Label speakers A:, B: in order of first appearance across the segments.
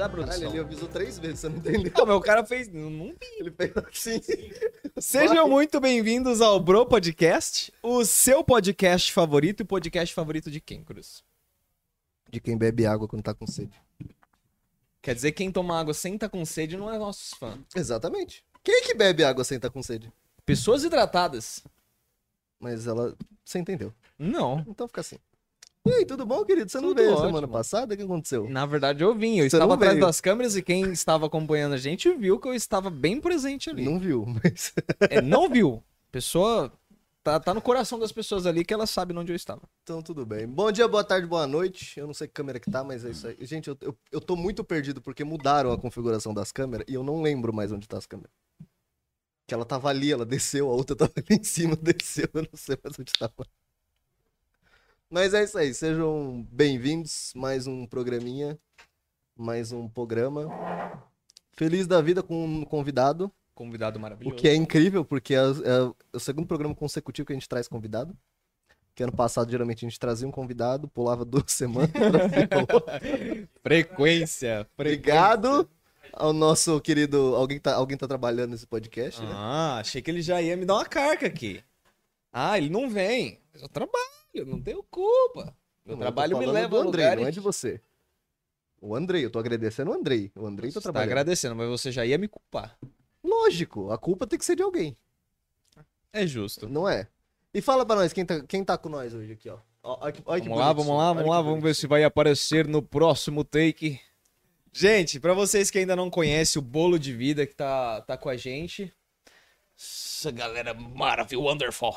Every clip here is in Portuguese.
A: na produção.
B: Caralho, ele avisou três vezes, você não entendeu?
A: Não, mas o cara fez. Não, não
B: Ele fez assim.
A: Sejam muito bem-vindos ao Bro Podcast, o seu podcast favorito e podcast favorito de quem, Cruz?
B: De quem bebe água quando tá com sede.
A: Quer dizer, quem toma água sem tá com sede não é nossos fãs.
B: Exatamente. Quem que bebe água sem tá com sede?
A: Pessoas hidratadas?
B: Mas ela. Você entendeu.
A: Não.
B: Então fica assim. E aí, tudo bom, querido? Você não
A: Tudo
B: veio
A: ótimo.
B: semana passada? O que aconteceu?
A: Na verdade, eu vim. Eu
B: Você
A: estava
B: não
A: atrás
B: veio.
A: das câmeras e quem estava acompanhando a gente viu que eu estava bem presente ali.
B: Não viu, mas.
A: É, não viu. Pessoa. Tá, tá no coração das pessoas ali que elas sabem onde eu estava.
B: Então tudo bem. Bom dia, boa tarde, boa noite. Eu não sei que câmera que tá, mas é isso aí. Gente, eu, eu, eu tô muito perdido porque mudaram a configuração das câmeras e eu não lembro mais onde tá as câmeras. Que ela tava ali, ela desceu, a outra tava ali em cima, desceu, eu não sei mais onde tava. Mas é isso aí, sejam bem-vindos. Mais um programinha, mais um programa. Feliz da vida com um convidado,
A: Convidado
B: o
A: maravilhoso.
B: que é incrível, porque é, é o segundo programa consecutivo que a gente traz convidado. Que ano passado, geralmente, a gente trazia um convidado, pulava duas semanas. trazia outro.
A: Frequência.
B: Obrigado ao nosso querido. Alguém tá, alguém tá trabalhando nesse podcast, né?
A: Ah, achei que ele já ia me dar uma carca aqui. Ah, ele não vem. Mas eu trabalho, não tenho culpa. Meu
B: Não, eu tô
A: trabalho me
B: falando
A: leva
B: do
A: a
B: Andrei,
A: lugares...
B: não é de você. O Andrei, eu tô agradecendo o Andrei. O Andrei tá
A: Você tá
B: trabalhando.
A: agradecendo, mas você já ia me culpar.
B: Lógico, a culpa tem que ser de alguém,
A: É justo.
B: não é? E fala pra nós, quem tá, quem tá com nós hoje aqui, ó. Ó, olha que- olha que
A: Vamos lá,
B: bonito
A: vamos
B: isso,
A: lá,
B: olha
A: vamos
B: que
A: lá, vamos
B: bonito
A: ver
B: isso.
A: se vai aparecer no próximo take. Gente, pra vocês que ainda não conhecem o bolo de vida que tá, tá com a gente. Essa galera maravilhosa, wonderful.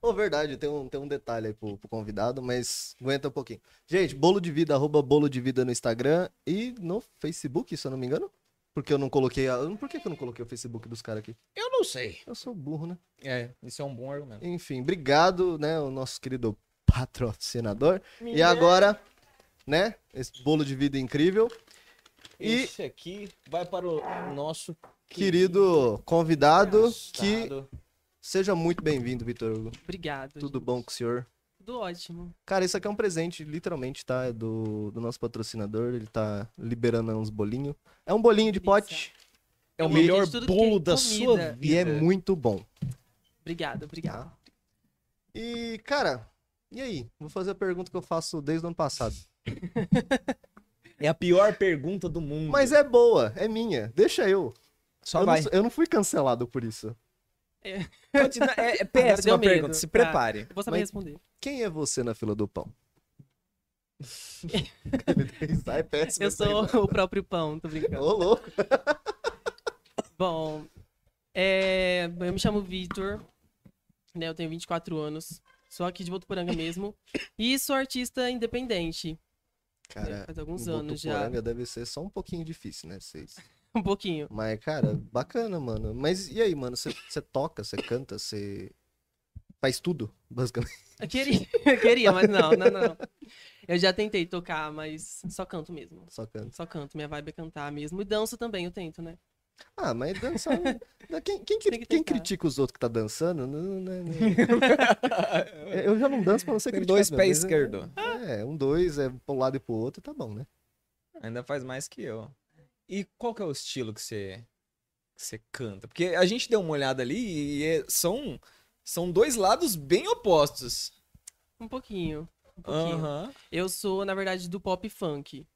B: Ô, verdade, tem um, tem um detalhe aí pro, pro convidado, mas aguenta um pouquinho. Gente, bolo de vida, arroba bolo de vida no Instagram e no Facebook, se eu não me engano. Porque eu não coloquei a. Por que, que eu não coloquei o Facebook dos caras aqui?
A: Eu não sei.
B: Eu sou burro, né?
A: É, isso é um bom argumento.
B: Enfim, obrigado, né, o nosso querido patrocinador. E agora, né, esse bolo de vida incrível. E-
A: Esse aqui vai para o nosso
B: Querido convidado, que
A: estado.
B: seja muito bem-vindo, Vitor Hugo.
C: Obrigado.
B: Tudo bom com o senhor?
C: Tudo ótimo.
B: Cara, isso aqui é um presente, literalmente, tá? É Do, do nosso patrocinador. Ele tá liberando uns bolinhos. É um bolinho de
C: Delícia.
B: pote
A: É
C: Eu
A: o
C: amo de
A: melhor
C: tudo que
A: bolo
C: é
A: da sua
C: comida.
A: vida.
B: e é muito bom. Tá.
C: Obrigado, obrigado.
B: E, cara, e aí? Vou fazer a pergunta que eu faço desde o ano passado.
A: É a pior pergunta do mundo.
B: Mas é boa, é minha. Deixa eu.
A: Só
B: eu,
A: vai.
B: Não, sou- eu não fui cancelado por isso.
A: Pode dar- É, é péssima
C: Deu medo.
A: pergunta, se
C: Tá.
A: prepare.
C: Eu Vou saber
B: Mas-
C: responder.
B: Quem é você na fila do pão? Ele tem- ah, é péssimo.
C: Eu sou o próprio pão, tô brincando.
B: Ô, louco.
C: Bom, é, eu me chamo Vitor, né, eu tenho 24 anos, sou aqui de Botuporanga mesmo, e sou artista independente, né,
B: Cara,
C: faz
B: em
C: alguns anos já,
B: Botuporanga deve ser só um pouquinho difícil, né? Vocês.
C: um pouquinho.
B: Mas, cara, bacana, mano. Mas e aí, mano? Você você toca, você canta, você faz tudo, basicamente.
C: Eu queria, eu queria, mas não, não, não. Eu já tentei tocar, mas só canto mesmo.
B: Só canta.
C: Só canto, minha vibe é cantar mesmo. E danço também, eu tento, né?
B: Ah, mas dançar. né, quem, quem, cri-
C: Tem que
B: quem
C: tentar.
B: critica os outros que tá dançando? não- não- não- não. Eu já não danço pra não ser
A: Tem
B: criticado.
A: dois pés
B: mas é-
A: esquerdo.
B: É, um dois, é pro lado e pro outro, tá bom, né?
A: Ainda faz mais que eu. E qual que é o estilo que você, que você canta? Porque a gente deu uma olhada ali e é- são, são dois lados bem opostos.
C: Um pouquinho, um pouquinho.
A: Aham.
C: Eu sou, na verdade, do pop funk.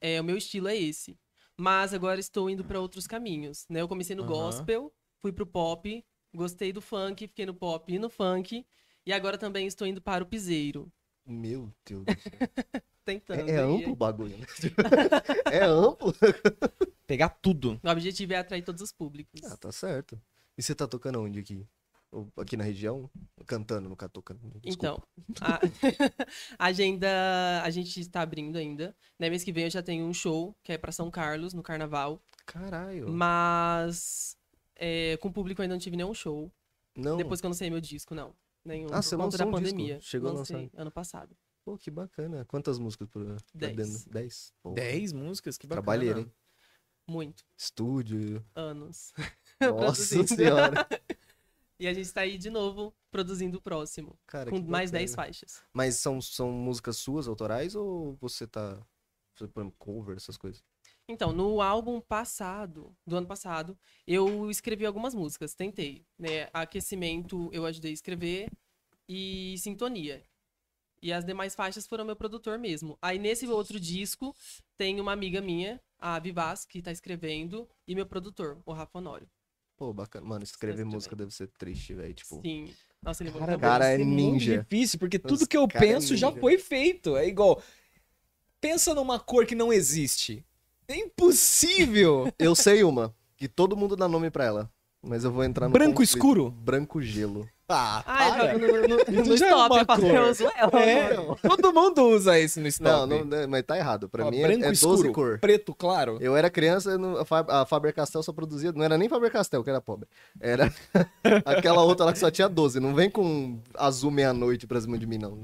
C: É, o meu estilo é esse. Mas agora estou indo para outros caminhos, né? Eu comecei no
A: Aham.
C: gospel, fui pro pop, gostei do funk, fiquei no pop e no funk, e agora também estou indo para o piseiro,
B: Meu Deus. do céu.
C: tentando.
B: É, é
C: aí.
B: amplo o bagulho, né? é amplo.
A: Pegar tudo.
C: Meu objetivo é atrair todos os públicos.
B: Ah, tá certo. E você tá tocando onde aqui? Ou Aqui na região? Cantando, no tocando. desculpa.
C: Então, a Então, a agenda a gente está abrindo ainda. Né? Mês que vem eu já tenho um show que é para São Carlos no Carnaval,
B: Caralho.
C: mas é, com o público eu ainda não tive nenhum show.
B: Não.
C: Depois que eu lancei meu disco, não. Nenhum.
B: Ah, você
C: por conta
B: lançou
C: da
B: um disco?
C: pandemia.
B: Chegou a
C: Lancei
B: lançar.
C: ano passado.
B: Pô, que bacana. Quantas músicas por por
C: Dez.
B: dentro? Dez? Pô,
A: Dez músicas, que bacana.
B: Trabalheira, hein?
C: Muito.
B: Estúdio.
C: Anos.
B: Nossa
C: Produzindo.
B: senhora.
C: E a gente tá aí de novo produzindo o próximo.
B: Cara,
C: com
B: que
C: mais
B: bacana.
C: 10 faixas.
B: Mas são, são músicas suas, autorais, ou você tá. por exemplo, cover, essas coisas.
C: Então, no álbum passado, do ano passado, eu escrevi algumas músicas, tentei, né? Aquecimento eu ajudei a escrever e Sintonia. E as demais faixas foram meu produtor mesmo. Aí nesse outro disco tem uma amiga minha, a Vivaz, que tá escrevendo, e meu produtor, o Rafa Honório.
B: Pô, bacana. Mano, escrever
C: Escreve
B: música deve ser triste, velho. Tipo,
C: Sim. Nossa, ele é muito
B: Cara,
C: bom.
B: cara, é
A: Deve ser muito
B: ninja.
A: difícil, porque tudo
B: Os
A: que eu
B: cara é
A: penso já
B: ninja.
A: foi feito. É igual. Pensa numa cor que não existe. É impossível!
B: eu sei uma, que todo mundo dá nome pra ela. Mas eu vou entrar no.
A: Branco
B: É um conflito.
A: escuro?
B: Branco gelo.
A: Ah,
C: Ah,
A: para.
C: é, no, no, no,
A: Isso
C: no
A: já é
C: stop,
A: uma
C: é pra
A: cor.
C: Deus, ué,
A: É,
C: mano.
A: todo mundo usa isso no stop.
B: Não, não, né, mas tá errado. Pra
A: Ó,
B: mim é,
A: branco
B: é 12
A: escuro,
B: cor.
A: preto claro.
B: Eu era criança, eu não- a Fa- a Faber Castell só produzia. Não era nem Faber Castell, que era pobre. Era aquela outra lá que só tinha 12. Não vem com azul meia-noite pra cima de mim, não.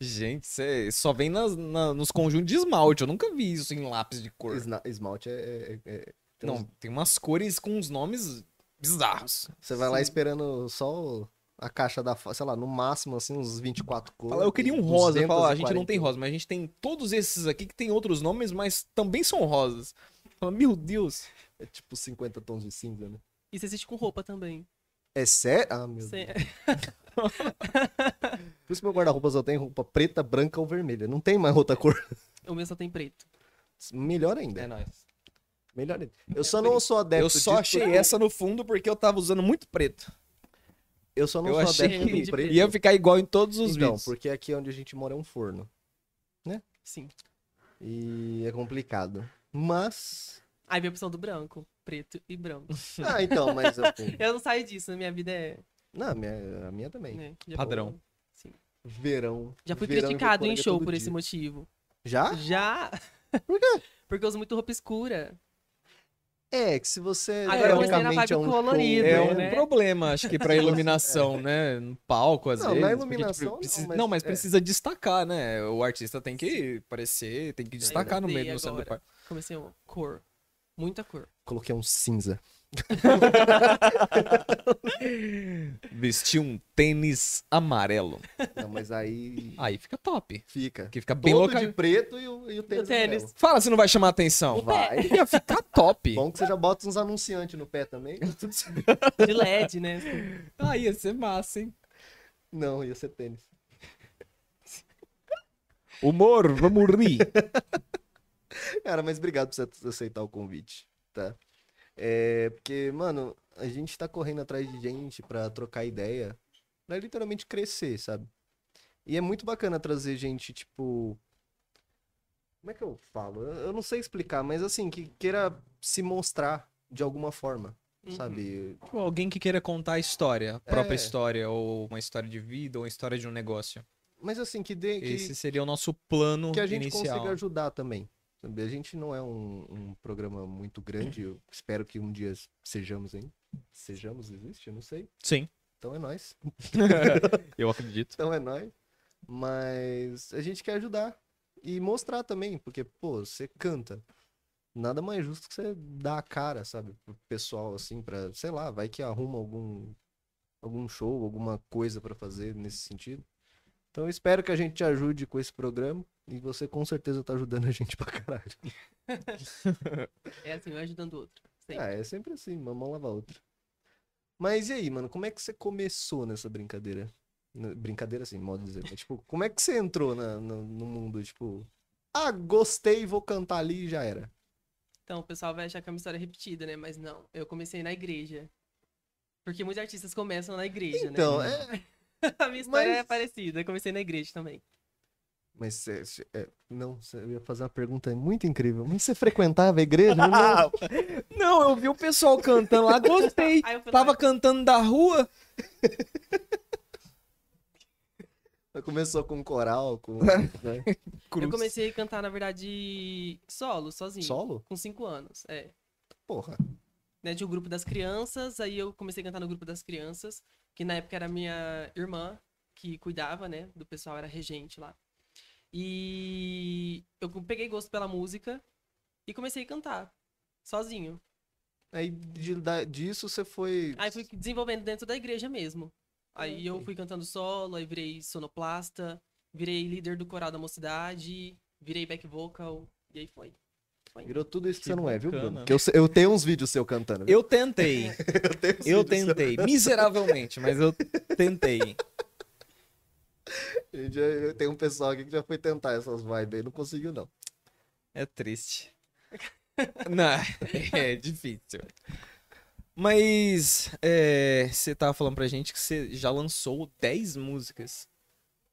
A: Gente, cê só vem nas- na- nos conjuntos de esmalte. Eu nunca vi isso em lápis de cor.
B: Esna- Esmalte é. é- é- tem
A: Não,
B: uns-
A: tem umas cores com uns nomes bizarros.
B: Você vai lá esperando só o- a caixa da. fa- Sei lá, no máximo, assim, uns 24 cores.
A: Fala, eu queria um rosa. Eu falo, "Ah, a gente não tem
B: um."
A: rosa, mas a gente tem todos esses aqui que tem outros nomes, mas também são rosas. Fala, meu Deus.
B: É tipo 50 tons de cinza, né?
C: E você existe com roupa também.
B: É sério? Ah, meu
C: Você-
B: Deus. Por isso meu guarda-roupa só tem roupa preta, branca ou vermelha. Não tem mais outra cor.
C: O meu só tem preto.
B: Melhor ainda.
A: É nóis.
B: Melhor ainda. Eu só não sou adepto
A: Eu só
B: disso
A: achei
B: porque-
A: essa no fundo porque eu tava usando muito preto.
B: Eu só não
A: eu
B: sou
A: achei
B: adepto
C: que-
B: do preto.
A: Ia ficar igual em todos os
B: Então,
A: vídeos.
B: porque aqui onde a gente mora é um forno.
C: Sim.
B: E é complicado. Mas.
C: Aí veio a opção do branco, preto e branco.
B: Ah, então, mas. assim,
C: Eu não saio disso, na minha vida é.
B: Não, a minha, a minha também.
C: né, já-
A: Padrão.
B: Verão.
C: Já fui
B: verão e
C: criticado em
B: Voporanga
C: show
B: todo
C: por
B: dia.
C: esse motivo.
B: Já?
C: Já.
B: Ah! Por quê?
C: Porque eu uso muito roupa escura.
B: É, que se você.
C: Agora
A: eu comecei na
B: teoricamente,
C: vibe
B: um
C: colorida,
A: É
B: show,
A: um
C: né?
A: problema, acho que, pra iluminação, né? No palco, às
B: Não, na
A: vezes. tipo,
B: iluminação não,
A: precisa...
B: mas-
A: mas
B: é.
A: precisa destacar, né? O artista tem que parecer, tem que destacar no meio
C: mudei
A: no centro do
C: agora.
A: palco.
C: Comecei uma cor. Muita cor.
B: Coloquei um cinza.
A: Vestir um tênis amarelo.
B: Não, mas aí.
A: Aí fica top.
B: Fica.
A: Porque fica bem
B: Todo
A: local.
B: de preto e o, e o tênis.
C: tênis.
B: amarelo.
A: Fala se não vai chamar atenção.
B: Vai.
A: Ia ficar top.
B: Bom que você já bota uns anunciantes no pé também.
C: De LED, né? assim.
A: Aí Ah, ia ser massa, hein?
B: Não, ia ser tênis.
A: Humor, vamos rir.
B: Cara, mas obrigado por você aceitar o convite, tá? É, porque, mano, a gente tá correndo atrás de gente pra trocar ideia, pra literalmente crescer, sabe? E é muito bacana trazer gente, tipo. Como é que eu falo? Eu eu não sei explicar, mas assim, que queira se mostrar de alguma forma, sabe?
A: Ou Tipo, alguém que queira contar a história, a própria
B: É.
A: história, ou uma história de vida, ou uma história de um negócio.
B: Mas assim, que dê. que-
A: Esse seria o nosso plano
B: que a gente
A: inicial.
B: consiga ajudar também. sabe? A gente não é um, um programa muito grande, eu espero que um dia sejamos, hein? Sejamos, existe? Eu não sei.
A: Sim,
B: Então é nóis.
A: eu acredito.
B: Então é nóis. Mas a gente quer ajudar e mostrar também, porque, pô, você canta. Nada mais justo que você dar a cara, sabe, pro pessoal, assim, pra, sei lá, vai que arruma algum, algum show, alguma coisa pra fazer nesse sentido. Então eu espero que a gente te ajude com esse programa e você com certeza tá ajudando a gente pra caralho.
C: É assim, um ajudando o outro. Sempre.
B: Ah, é sempre assim, uma mão lava a outra. Mas e aí, mano, como é que você começou nessa brincadeira? Na- Brincadeira assim, modo de dizer. Mas, tipo, como é que você entrou na- no, no mundo, tipo... Ah, gostei, vou cantar ali e já era.
C: Então o pessoal vai achar que é uma história repetida, né? Mas não. Eu comecei na igreja. Porque muitos artistas começam na igreja,
B: Então,
C: né?
B: é...
C: A minha história
B: mas-
C: é parecida. Eu comecei na igreja também.
B: Mas você... você- é, não, você- eu ia fazer uma pergunta muito incrível. Mas você frequentava a igreja? Não.
A: Não, eu vi o pessoal cantando lá, gostei.
C: Aí eu fui lá-
A: Tava cantando da rua.
B: Começou com coral, com... né?
C: Eu comecei a cantar, na verdade, solo, sozinho.
B: Solo?
C: Com cinco anos, é.
B: Porra.
C: né, de um grupo das crianças, aí eu comecei a cantar no grupo das crianças, que na época era minha irmã que cuidava, né, do pessoal, era regente lá. E eu peguei gosto pela música e comecei a cantar sozinho.
B: Aí de- da- disso você foi...
C: Aí fui desenvolvendo dentro da igreja mesmo. Aí eu fui cantando solo, aí virei sonoplasta, virei líder do coral da mocidade, virei back vocal, e aí foi. Foi.
B: Virou tudo isso que,
A: Que
B: você não é, viu,
A: bacana.
B: Bruno? Porque eu, eu tenho uns vídeos seu cantando. viu?
A: Eu tentei,
B: Eu, tenho uns
A: eu
B: vídeos seu.
A: tentei, miseravelmente, mas eu tentei.
B: Gente, eu- eu- Tem um pessoal aqui que já foi tentar essas vibes aí, não conseguiu, não.
A: É triste. Não, é difícil. Mas é, você tava falando pra gente que você já lançou 10 músicas.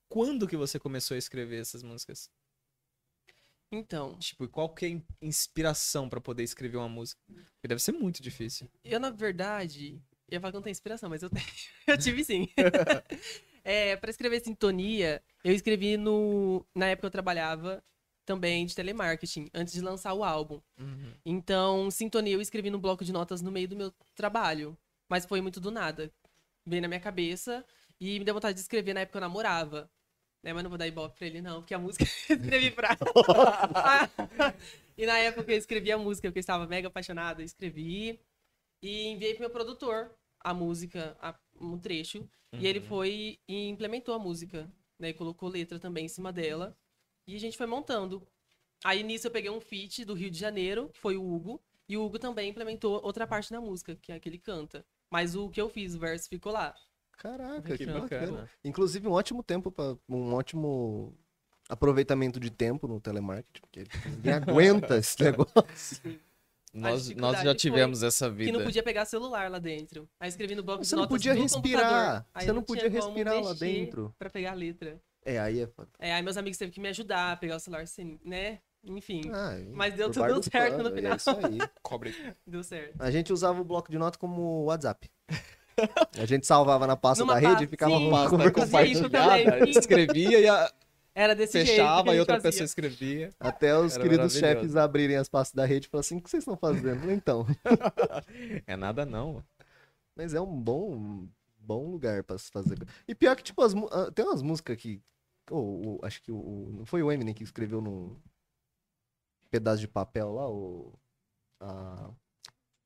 A: Quando que você começou a escrever essas músicas?
C: Então,
A: Tipo, e qual que é a in- inspiração pra poder escrever uma música? Porque deve ser muito difícil.
C: Eu, na verdade, eu ia falar que eu não tenho inspiração, mas eu tenho. Eu tive sim. é, para escrever Sintonia, eu escrevi no. Na época eu trabalhava também de telemarketing, antes de lançar o álbum. Então, Sintonia eu escrevi num bloco de notas no meio do meu trabalho. Mas foi muito do nada. Veio na minha cabeça e me deu vontade de escrever na época que eu namorava. Né, mas não vou dar ibope pra ele, não, porque a música eu escrevi pra. e na época eu escrevi a música, porque eu estava mega apaixonada, eu escrevi. E enviei pro meu produtor a música, a- um trecho. E ele foi e implementou a música, né? E colocou letra também em cima dela. E a gente foi montando. Aí nisso eu peguei um feat do Rio de Janeiro, que foi o Hugo. E o Hugo também implementou outra parte da música, que é a que ele canta. Mas o que eu fiz, o verso ficou lá.
B: Caraca, que
C: Que bacana.
B: bacana. Inclusive, um ótimo tempo para um ótimo aproveitamento de tempo no telemarketing, porque ninguém aguenta esse negócio.
A: Nós,
C: dificuldade
A: nós já
C: foi
A: tivemos essa
C: Que não
A: vida.
C: podia pegar celular lá dentro. Aí escrevi no bloco
B: Você
C: de
B: não
C: notas
B: podia
C: do
B: respirar.
C: computador. Aí
B: Você
C: eu
B: não podia
C: tinha como
B: respirar lá
C: mexer
B: dentro.
C: Pra pegar a letra.
B: É, aí é foda.
C: É, aí meus amigos teve que me ajudar a pegar o celular sem, né? Enfim,
B: Ah, é.
C: Mas deu
B: Por
C: tudo
B: vários
C: certo no
B: planos,
C: final.
B: É isso aí.
A: Cobre.
C: deu certo.
B: A gente usava o bloco de nota como WhatsApp. A gente salvava na pasta
C: Numa
B: da rede
C: pasta,
B: e ficava
C: sim.
B: conver-
C: Fazia isso
A: compartilhada,
C: também.
A: escrevia e a-
C: Era desse jeito. que
A: fechava
C: a
A: e
C: gente
A: outra
C: fazia.
A: pessoa escrevia.
B: Até os
A: Era
B: queridos
A: maravilhoso.
B: chefes abrirem as pastas da rede e falar assim: o que vocês estão fazendo? Então.
A: É nada não.
B: Mas é um bom, bom lugar pra se fazer. E pior que, tipo, as mu- ah, tem umas músicas que. ou- ou, acho que o, o- Não foi o Eminem que escreveu num pedaço de papel lá? O. a-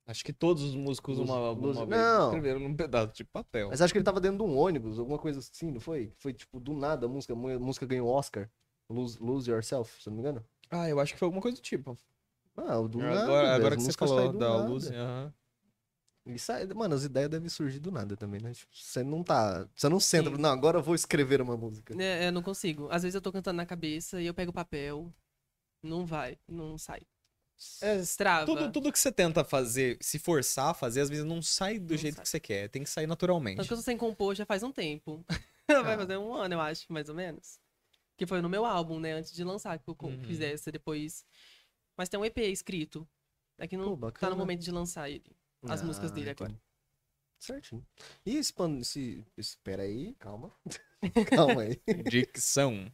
A: Acho que todos os músicos
B: Luz-
A: uma, uma
B: luz-
A: vez
B: não.
A: escreveram num pedaço de papel.
B: Mas acho que ele tava dentro de um ônibus, alguma coisa assim, não foi? Foi, tipo, do nada a música. A mu- música ganhou Oscar. Lose, Lose Yourself, se eu não me engano.
A: Ah, eu acho que foi alguma coisa do tipo.
B: Ah, o do nada.
A: Agora, agora
B: as
A: que você
B: músicas
A: falou
B: saem do
A: da
B: nada.
A: luz, aham.
B: E sai- Mano, as ideias devem surgir do nada também, né? Tipo, você não tá. Você não senta.
C: Sim.
B: Não, agora eu vou escrever uma música.
A: Né,
C: É, eu não consigo. Às vezes eu tô cantando na cabeça e eu pego o papel. Não vai, não sai.
A: É,
C: Estrava.
A: tudo, tudo que você tenta fazer, se forçar a fazer, às vezes não sai do
C: Não
A: jeito
C: sai.
A: que você quer. Tem que sair
C: Tanto
A: naturalmente.
C: que eu tô sem compor já faz um tempo.
B: Ah.
C: Vai fazer um ano, eu acho, mais ou menos. Que foi no meu álbum, né? Antes de lançar, que eu co-
A: Uhum.
C: fiz essa depois. Mas tem um EP escrito. É que
B: Pô,
C: não tá
B: bacana.
C: no momento de lançar ele. as músicas dele
B: Ah, entendi.
C: agora.
B: Certinho. E esse pano, esse, espera aí, calma. calma aí.
A: Dicção.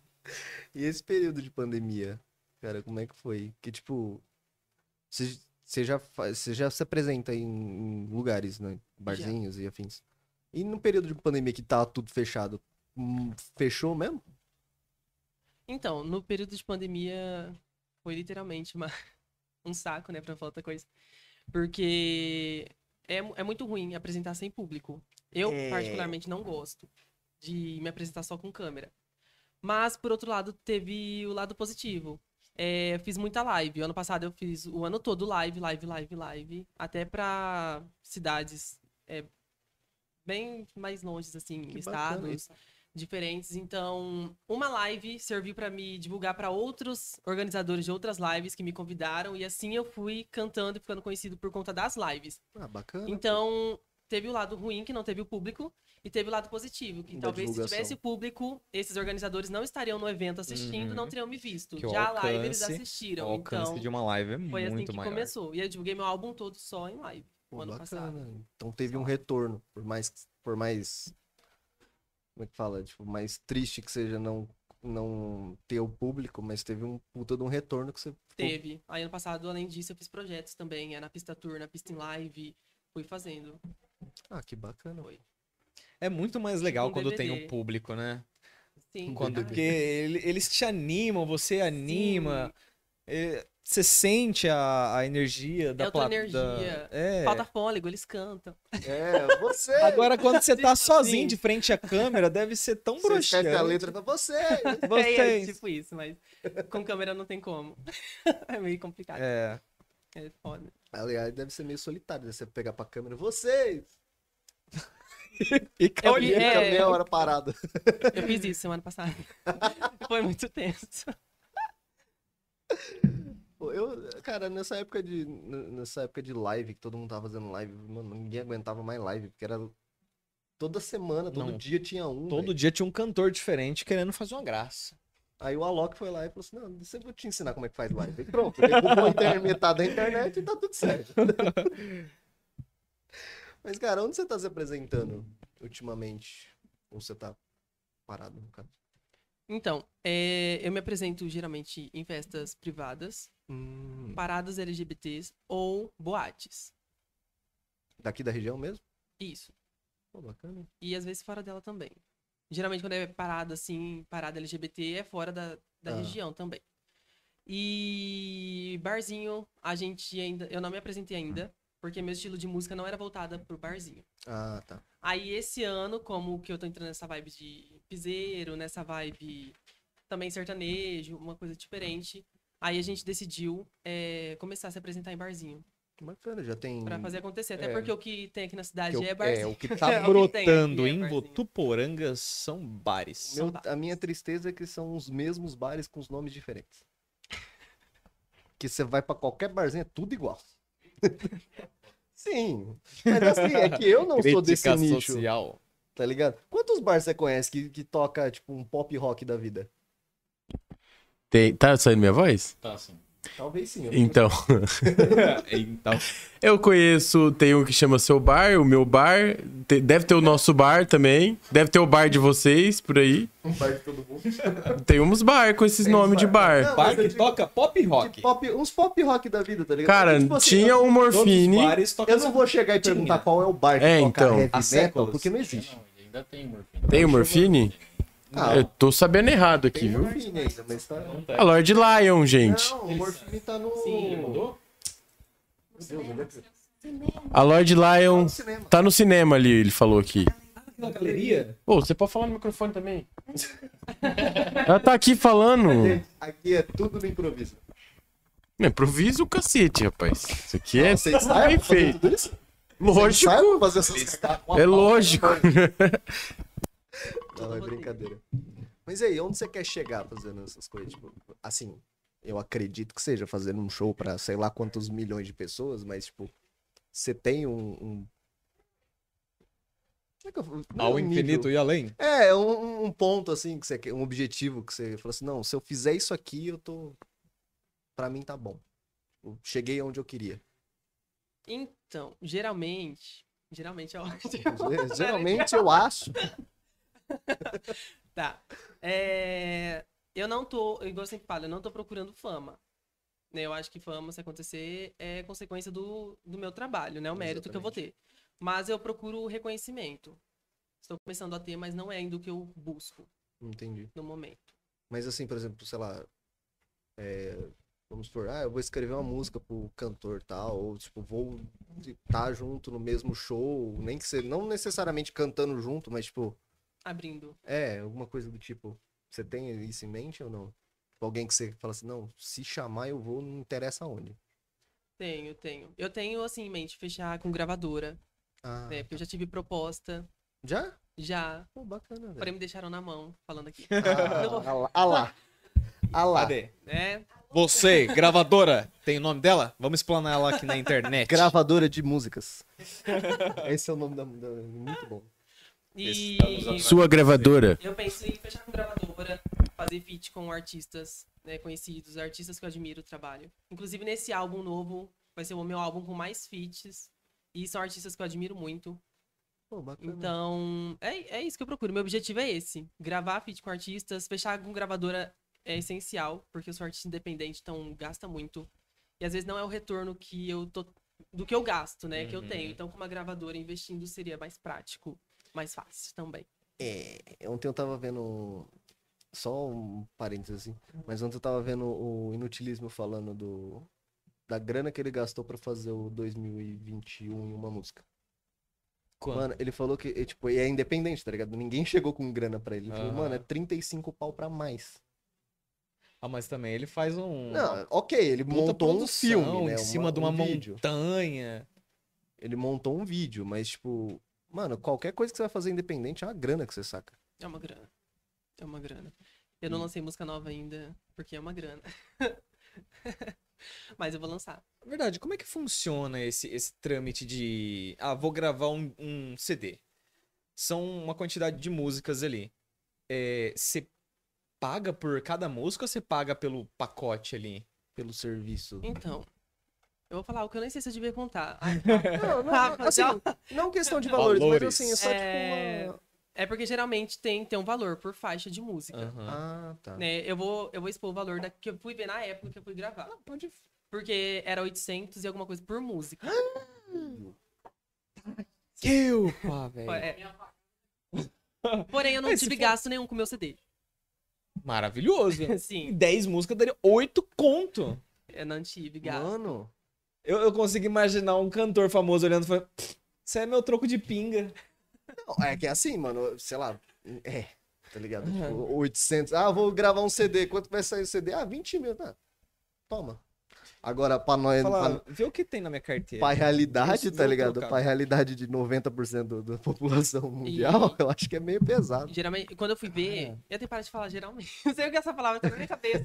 B: E esse período de pandemia, cara, como é que foi? Que tipo, você você já faz, você já se apresenta em, em lugares, né? Barzinhos e afins. E no período de pandemia que tá tudo fechado, hum, fechou mesmo?
C: Então, no período de pandemia foi literalmente uma- um saco, né, pra falar outra coisa. Porque é, mu- é muito ruim apresentar sem público. Eu,
B: É.
C: particularmente, não gosto de me apresentar só com câmera. Mas, por outro lado, teve o lado positivo. É, eu fiz muita live. Ano passado eu fiz o ano todo live, live, live, live. Até pra cidades é, bem mais longes, assim,
B: Que bacana
C: estados
B: isso.
C: diferentes. Então, uma live serviu pra me divulgar pra outros organizadores de outras lives que me convidaram e assim eu fui cantando e ficando conhecido por conta das lives.
B: Ah, bacana.
A: Uhum.
C: Então, teve o lado ruim que não teve o público e teve o lado positivo que
B: Da
C: talvez se
B: divulgação.
C: tivesse público, esses organizadores não estariam no evento assistindo,
A: Uhum.
C: não teriam me visto.
A: Que o
C: Já a live eles
A: alcance-
C: assistiram.
A: o alcance
C: então,
A: de uma live é
C: foi assim
A: muito
C: que
A: maior.
C: começou. E eu divulguei meu álbum todo só em live.
B: Pô,
C: o ano
B: bacana.
C: passado.
B: Então teve um retorno, por mais por mais como é que fala, tipo, mais triste que seja não não ter o público, mas teve um puta de um retorno que você ficou-
C: Teve. Aí ano passado, além disso, eu fiz projetos também. É na pista tour, na pista em live. Fui fazendo.
B: Ah, que bacana.
C: Foi.
A: É muito mais legal
C: um
A: quando tem
C: DVD.
A: o público, né?
C: Sim.
A: Quando,
C: verdade.
A: porque ele- eles te animam, você anima. É, Você sente a, a energia da
C: É outra
A: plat- da-
C: energia.
A: É.
C: Falta fôlego, eles cantam.
B: É, você.
A: Agora, quando você tá
C: Tipo assim.
A: sozinho de frente à câmera, deve ser tão
B: você escreve
A: broxante.
B: a letra pra você.
C: É, é
A: Vocês.
C: tipo isso, mas com câmera não tem como. é meio complicado. É,
A: É.
C: foda.
B: Aliás, deve ser meio solitário né, você pegar pra câmera. Vocês!
A: E
C: Eu,
A: olha,
C: vi-
B: Fica
C: é,
B: meia hora parada.
C: eu fiz isso semana passada. Foi muito tenso.
B: Pô, Eu, cara, nessa época de. n- Nessa época de live, que todo mundo tava fazendo live, mano, ninguém aguentava mais live, porque era. Toda semana, todo
A: Não.
B: dia tinha um.
A: todo
B: velho.
A: dia tinha um cantor diferente querendo fazer uma graça.
B: Aí o Alok foi lá e falou assim: não, deixa eu te ensinar como é que faz live. E pronto, derrubou a inter- metade da internet e tá tudo certo. Mas, cara, onde você tá se apresentando ultimamente? Ou você tá parado no caso?
C: Então, é, eu me apresento geralmente em festas privadas,
B: Hum,
C: paradas LGBTs ou boates.
B: daqui da região mesmo?
C: Isso.
B: Pô, bacana.
C: E às vezes fora dela também. Geralmente quando é parada assim, parada LGBT, é fora da, da
B: Ah.
C: região também. E barzinho, a gente ainda. Eu não me apresentei ainda, porque meu estilo de música não era voltada pro barzinho.
B: Ah, tá.
C: Aí esse ano, como que eu tô entrando nessa vibe de piseiro, nessa vibe também sertanejo, uma coisa diferente. Aí a gente decidiu é, começar a se apresentar em barzinho.
B: Que bacana, já tem.
C: Pra fazer acontecer. Até
A: É.
C: porque o que tem aqui na
B: Hum, que
C: cidade
B: eu-
C: é barzinho.
B: é, o que tá
A: Tá
C: É, o que tem
A: brotando
C: aqui é
A: em
C: barzinho.
A: Votuporanga são bares.
B: Meu-
C: bares.
B: a minha tristeza é que são os mesmos bares com os nomes diferentes. Que você vai pra qualquer barzinho, é tudo igual. Sim. Mas assim, é que eu não sou desse
A: Crítica
B: nicho,
A: social.
B: tá ligado? Quantos bares você conhece que, que toca, tipo, um pop rock da vida?
D: Tem- Tá saindo minha voz?
A: Tá, sim.
B: Talvez sim. eu-
D: Então,
A: então,
D: eu conheço, tem um que chama Seu Bar, o meu bar, te- deve ter o nosso bar também, deve ter o bar de vocês por aí.
B: Um bar de todo mundo.
D: Tem uns bar com esses
B: Tem
D: nomes
B: uns
D: de
B: bar.
D: bar.
B: Não, mas
A: bar que
B: eu digo
A: toca pop rock.
B: De Tipo, pop, uns pop rock da vida, tá ligado?
D: Cara,
B: Tipo assim,
D: tinha
B: eu-
D: um o
A: Todos os
D: Morfine,
A: bares tocam
B: Eu não vou chegar e perguntar
A: um- Tinha.
B: qual é o bar que
D: É,
B: toca
D: então.
B: heavy
A: Há
B: metal,
A: séculos. É
B: porque não existe.
E: Ainda tem morfina.
D: tem o Morfine?
B: Ah,
D: Eu tô sabendo errado aqui,
B: tem
D: viu?
B: Morfine ainda, mas tá...
D: A Lord Lion, gente.
B: Não, o Morfine tá no.
C: Sim,
B: mudou? é
D: Então, A Lord Lion
B: cinema.
D: tá no cinema ali, ele falou aqui.
A: Na galeria?
D: Ô, você pode falar no microfone também. Ela tá aqui falando.
B: Gente, aqui é tudo no improviso.
D: Não, Improvisa o cacete, rapaz. Isso aqui é
B: Vocês sabem
D: bem
B: fazer
D: feito.
B: tudo isso? Vocês
D: Lógico,
B: sabem fazer essas cagadas?
D: é lógico.
B: Não, é brincadeira. Mas e aí, onde você quer chegar fazendo essas coisas? Tipo, assim, eu acredito que seja fazendo um show pra sei lá quantos milhões de pessoas, mas tipo, você tem um. um... Como é que eu falo? Não é
A: Ao
B: um nível.
A: infinito e além?
B: É, é um, um ponto assim que você quer, um objetivo que você falou assim, não, se eu fizer isso aqui, eu tô. Pra mim tá bom. Eu cheguei onde eu queria.
C: Então, geralmente. Geralmente é ótimo.
B: Ge- Geralmente eu acho.
C: Tá. É, Eu não tô, igual eu sempre falo, eu não tô procurando fama. Né, Eu acho que fama, se acontecer, é consequência do, do meu trabalho, né? O mérito que eu vou ter. Mas eu procuro reconhecimento. Estou começando a ter, mas não é ainda o que eu busco
B: Entendi.
C: no momento.
B: Mas assim, por exemplo, sei lá. é, vamos supor, ah, eu vou escrever uma música pro cantor tal, ou tipo, vou estar junto no mesmo show, nem que seja, não necessariamente cantando junto, mas tipo,
C: Abrindo.
B: é, alguma coisa do tipo. Você tem isso em mente ou não? Tipo, alguém que você fala assim, não, se chamar eu vou, não interessa onde.
C: Tenho, tenho. Eu tenho, assim, em mente fechar com gravadora,
B: Ah,
C: né? Porque eu já tive proposta,
B: já?
C: já.
B: Pô, bacana,
C: Porém,
B: velho.
C: me deixaram na mão, falando aqui. Não vou-
B: Ah, ah lá. Ah lá.
A: Cadê?
C: É,
A: Você, gravadora, tem o nome dela? Vamos explanar ela aqui na internet.
B: Gravadora de músicas. Esse é o nome da. da muito bom.
C: e...
D: Sua gravadora.
C: Eu penso em fechar com gravadora, fazer feat com artistas né, conhecidos, artistas que eu admiro o trabalho. Inclusive, nesse álbum novo, vai ser o meu álbum com mais feats. E são artistas que eu admiro muito.
B: Pô, bacana.
C: Então, é, é isso que eu procuro. Meu objetivo é esse: gravar feat com artistas, fechar com gravadora é essencial, porque eu sou artista independente, então gasta muito. E às vezes não é o retorno que eu tô. do que eu gasto, né? Que eu tenho. Então, com uma gravadora investindo seria mais prático, mais fácil também.
B: É, ontem eu tava vendo um- Só um parênteses assim. Mas ontem eu tava vendo o Inutilismo falando do. Da grana que ele gastou pra fazer o 2021 em uma música.
A: Quanto?
B: Mano, ele falou que, é, tipo, e é independente, tá ligado? Ninguém chegou com grana pra ele. Ele falou,
A: Aham.
B: mano, é 35 pau pra mais.
A: Ah, mas também ele faz um.
B: Não, ok, ele
A: puta
B: montou um
A: produção
B: filme, né?
A: em cima de uma
B: um vídeo.
A: montanha.
B: Ele montou um vídeo, mas, tipo, mano, qualquer coisa que você vai fazer independente é uma grana que você saca.
C: É uma grana. É uma grana. Eu não lancei música nova ainda, porque é uma grana. Mas eu vou lançar.
A: Na verdade, como é que funciona esse, esse trâmite de. Ah, vou gravar um, um CD. São uma quantidade de músicas ali. É, Você paga por cada música ou você paga pelo pacote ali?
B: Pelo serviço.
C: Então, eu vou falar o que eu nem sei se eu devia contar. Ai,
B: Não,
C: Rafa, tchau.
B: Assim, não questão de
A: valores, mas, Valores. assim, é
C: só, tipo, uma- É porque geralmente tem, tem um valor por faixa de música.
A: Aham.
B: Ah, tá.
C: Né? Eu, vou, eu vou expor o valor da, que eu fui ver na época que eu fui gravar.
B: Pode...
C: Porque era 800 e alguma coisa por música.
A: Que upa, Ah, velho.
C: É. Porém, eu não
A: Mas se
C: tive
A: for-
C: gasto nenhum com o meu CD.
A: Maravilhoso.
C: Sim,
A: 10 músicas daria 8 conto.
C: eu não tive gasto.
B: Mano,
A: Eu, eu consigo imaginar um cantor famoso olhando e falando: Isso é meu troco de pinga.
B: não, é que é assim, mano, sei lá, é, tá ligado?
A: Uhum.
B: Tipo, 800, ah, vou gravar um CD, quanto vai sair o CD? Ah, 20 mil, tá. Toma. Agora, pra nós,
A: Falar,
B: pra,
A: vê o que tem na minha carteira.
B: pra realidade,
A: Isso
B: tá
C: é
A: não
B: ligado?
A: trocava.
B: Pra realidade de 90% do- da população mundial, eu acho que é meio pesado.
C: Geralmente, quando eu fui ver,
B: É.
C: eu tenho que parar de falar geralmente. Não sei o que essa palavra tá na minha cabeça.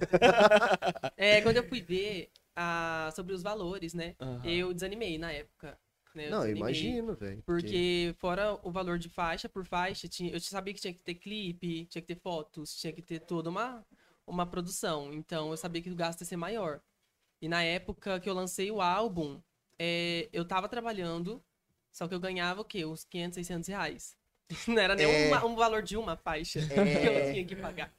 C: é, quando eu fui ver ah, sobre os valores, né?
A: Aham.
C: Eu desanimei na época. né?
B: Não, eu
C: desanimei,
B: imagino, velho.
C: Porque fora o valor de faixa por faixa, tinha, eu sabia que tinha que ter clipe, tinha que ter fotos, tinha que ter toda uma, uma produção. Então eu sabia que o gasto ia ser maior. E na época que eu lancei o álbum, é, eu tava trabalhando, só que eu ganhava o quê? Uns 500, 600 reais. Não era nem
B: É.
C: uma- um valor de uma faixa que eu tinha que pagar.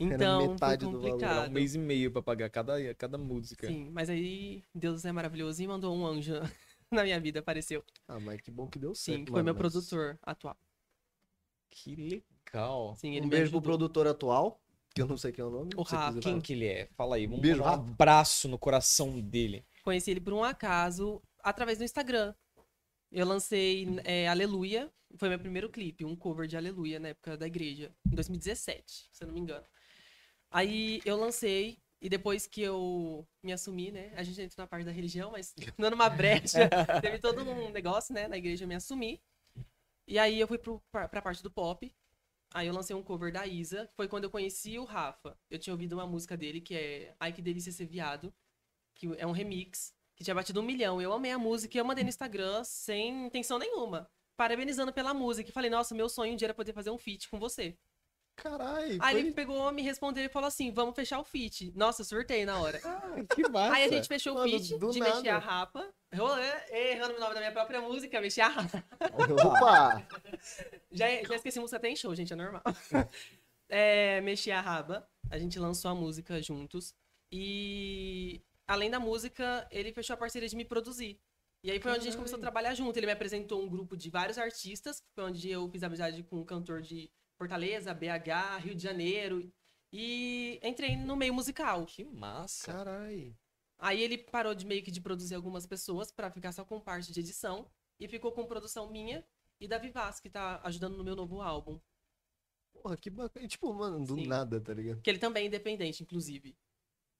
C: Então,
B: metade
C: foi
B: do valor, era um
A: Dá
C: complicado.
A: um mês e meio pra pagar cada, cada música.
C: Sim, mas aí Deus é maravilhoso e mandou um anjo na minha vida, apareceu.
B: Ah, mas que bom que deu certo.
C: Sim, que foi
B: mano,
C: meu
B: mas-
C: produtor atual.
A: Que legal.
C: Sim, ele
B: Um
C: me
B: beijo pro
C: ajudou.
B: produtor atual, que eu não sei quem é o nome.
C: O
B: se você quiser
C: Rafa.
A: Quem
B: falar.
A: que ele é? Fala aí. Um,
B: Beijo,
A: um
B: Rafa.
A: abraço no coração dele.
C: Conheci ele por um acaso através do Instagram. Eu lancei é, Aleluia, foi meu primeiro clipe, um cover de Aleluia na época da igreja, em 2017, se eu não me engano. Aí eu lancei, e depois que eu me assumi, né? A gente entra na parte da religião, mas dando uma brecha, teve todo um negócio, né? Na igreja eu me assumi. E aí eu fui pro, pra, pra parte do pop. Aí eu lancei um cover da Isa, que foi quando eu conheci o Rafa. Eu tinha ouvido uma música dele que é Ai Que Delícia Ser Viado, que é um remix, que tinha batido um milhão. Eu amei a música e eu mandei no Instagram sem intenção nenhuma. Parabenizando pela música. E falei, nossa, meu sonho um dia era poder fazer um feat com você.
B: Caralho,
C: Aí
B: foi-
C: ele pegou, me respondeu e falou assim: vamos fechar o feat. Nossa, eu surtei na hora.
A: Que massa.
C: Aí a gente fechou o
B: Mano,
C: feat
B: do
C: de
B: nada.
C: mexer a rapa. Rolando, errando o nome da minha própria música, mexer a rapa.
B: Opa!
C: Já, já esqueci música até em show, gente, é normal. é, mexi a raba. A gente lançou a música juntos. E além da música, ele fechou a parceria de me produzir. E aí foi onde a gente começou a trabalhar junto. Ele me apresentou um grupo de vários artistas, foi onde eu fiz amizade com um cantor de Fortaleza, BH, Rio de Janeiro. E entrei no meio musical.
A: Que massa.
B: Caralho.
C: Aí ele parou de meio que de produzir algumas pessoas pra ficar só com parte de edição e ficou com produção minha e da Vivaz, que tá ajudando no meu novo álbum.
B: Porra, que bacana. E, Tipo, mano, do
C: Sim.
B: nada, tá ligado?
C: Que ele também é independente, inclusive.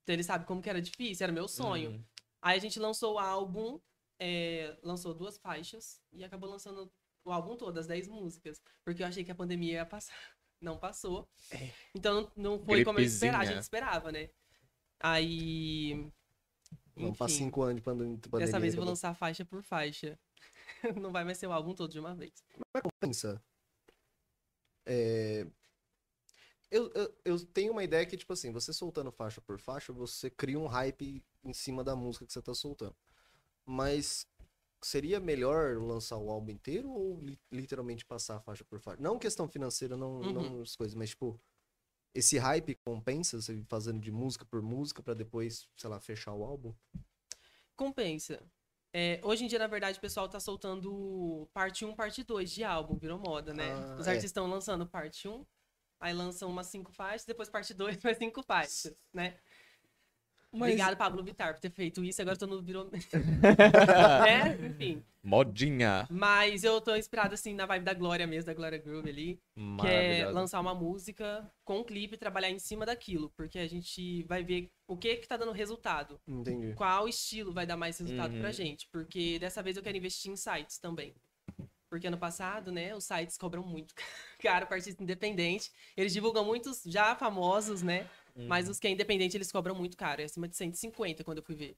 C: Então ele sabe como que era difícil, era meu
B: Uhum.
C: sonho.
A: Hum.
C: Aí a gente lançou o álbum, é, lançou duas faixas e acabou lançando o álbum todo, as 10 músicas. Porque eu achei que a pandemia ia passar. Não passou.
B: É.
C: Então não, não foi como eu esperava,
A: Gripezinha.
C: a gente esperava, né? Aí.
B: Vamos pra
C: enfim.
B: cinco anos de pandem- de pandemia.
C: Dessa vez eu vou
B: acabou.
C: lançar faixa por faixa. Não vai mais ser o álbum todo de uma vez.
B: Pensa. É... Eu, eu, eu tenho uma ideia que, tipo assim, você soltando faixa por faixa, você cria um hype em cima da música que você tá soltando. Mas seria melhor lançar o álbum inteiro ou li- literalmente passar a faixa por faixa? Não questão financeira, não,
C: Uhum.
B: não as coisas, mas tipo, esse hype compensa você ir fazendo de música por música pra depois, sei lá, fechar o álbum?
C: Compensa. É, hoje em dia, na verdade, o pessoal tá soltando parte 1, parte 2 de álbum, virou moda, né?
B: Ah,
C: Os
B: é.
C: artistas estão lançando parte 1, Aí lançam umas cinco faixas, depois parte dois mais cinco faixas, né?
A: Mas-
C: Obrigado, Pablo Vittar, por ter feito isso. Agora todo mundo virou. né? Enfim.
A: Modinha.
C: Mas eu tô inspirada, assim, na vibe da Glória mesmo, da Glória Groove ali.
A: Hum,
C: Que é
A: Maravilhosa.
C: lançar uma música com um clipe e trabalhar em cima daquilo. Porque a gente vai ver o que que tá dando resultado.
B: Entendi.
C: Qual estilo vai dar mais resultado
A: Uhum.
C: pra gente. Porque dessa vez eu quero investir em sites também. Porque ano passado, né, os sites cobram muito caro pra artista independente. Eles divulgam muitos já famosos, né? Mas os que é independente, eles cobram muito caro. É acima de 150 quando eu fui ver.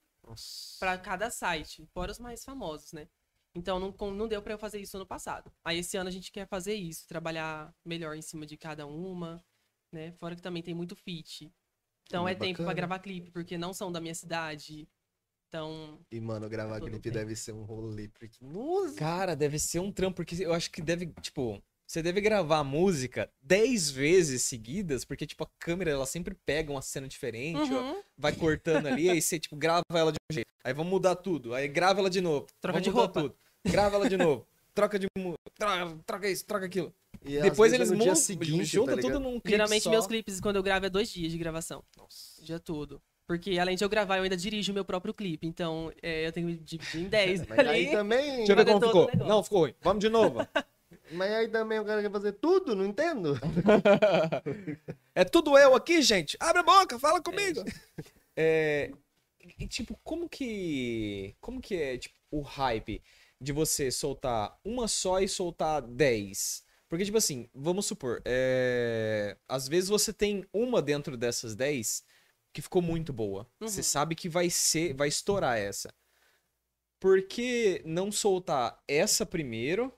C: Pra cada site. Fora os mais famosos, né? Então não, con- não deu pra eu fazer isso ano passado. Aí esse ano a gente quer fazer isso, trabalhar melhor em cima de cada uma, né? Fora que também tem muito fit. Então
B: Hum,
C: é tempo pra
B: bacana.
C: gravar clipe, porque não são da minha cidade. Então,
B: E, mano, gravar
C: Tudo
B: clipe
C: bem.
B: deve ser um rolê. Porque... Nossa!
A: Cara, deve ser um trampo, porque eu acho que deve, tipo, você deve gravar a música 10 vezes seguidas, porque, tipo, a câmera, ela sempre pega uma cena diferente, ó,
C: uhum,
A: vai cortando ali, aí você, tipo, grava ela de um jeito, aí vamos mudar tudo, aí grava ela de novo,
C: Troca
A: vamos
C: de
A: mudar
C: roupa.
A: tudo, grava ela de novo, troca de mu- troca, troca isso, troca aquilo.
B: E às
A: Depois eles
B: vezes é no dia
A: montam,
B: seguinte,
A: juntam
B: tá
A: tudo
B: ligado?
A: num clipe
C: geralmente
A: só.
C: meus clipes, quando eu gravo, é dois dias de gravação.
B: Nossa.
C: O dia todo. Porque além de eu gravar, eu ainda dirijo o meu próprio clipe. Então é, eu tenho que me dividir em 10.
B: Mas aí também.
A: Deixa eu ver
C: Fazer
A: como
C: todo o
A: ficou.
C: negócio.
A: Não, ficou ruim. Vamos de novo.
B: Mas aí também o cara quer fazer tudo, não entendo.
A: Tipo, É tudo eu aqui, gente. Abre a boca, fala comigo. É, e tipo, como que como que é tipo, o hype de você soltar uma só e soltar 10? Porque tipo assim, vamos supor, é, às vezes você tem uma dentro dessas 10 que ficou muito boa.
C: Uhum.
A: Você sabe que vai ser, vai estourar essa. Por que não soltar essa primeiro?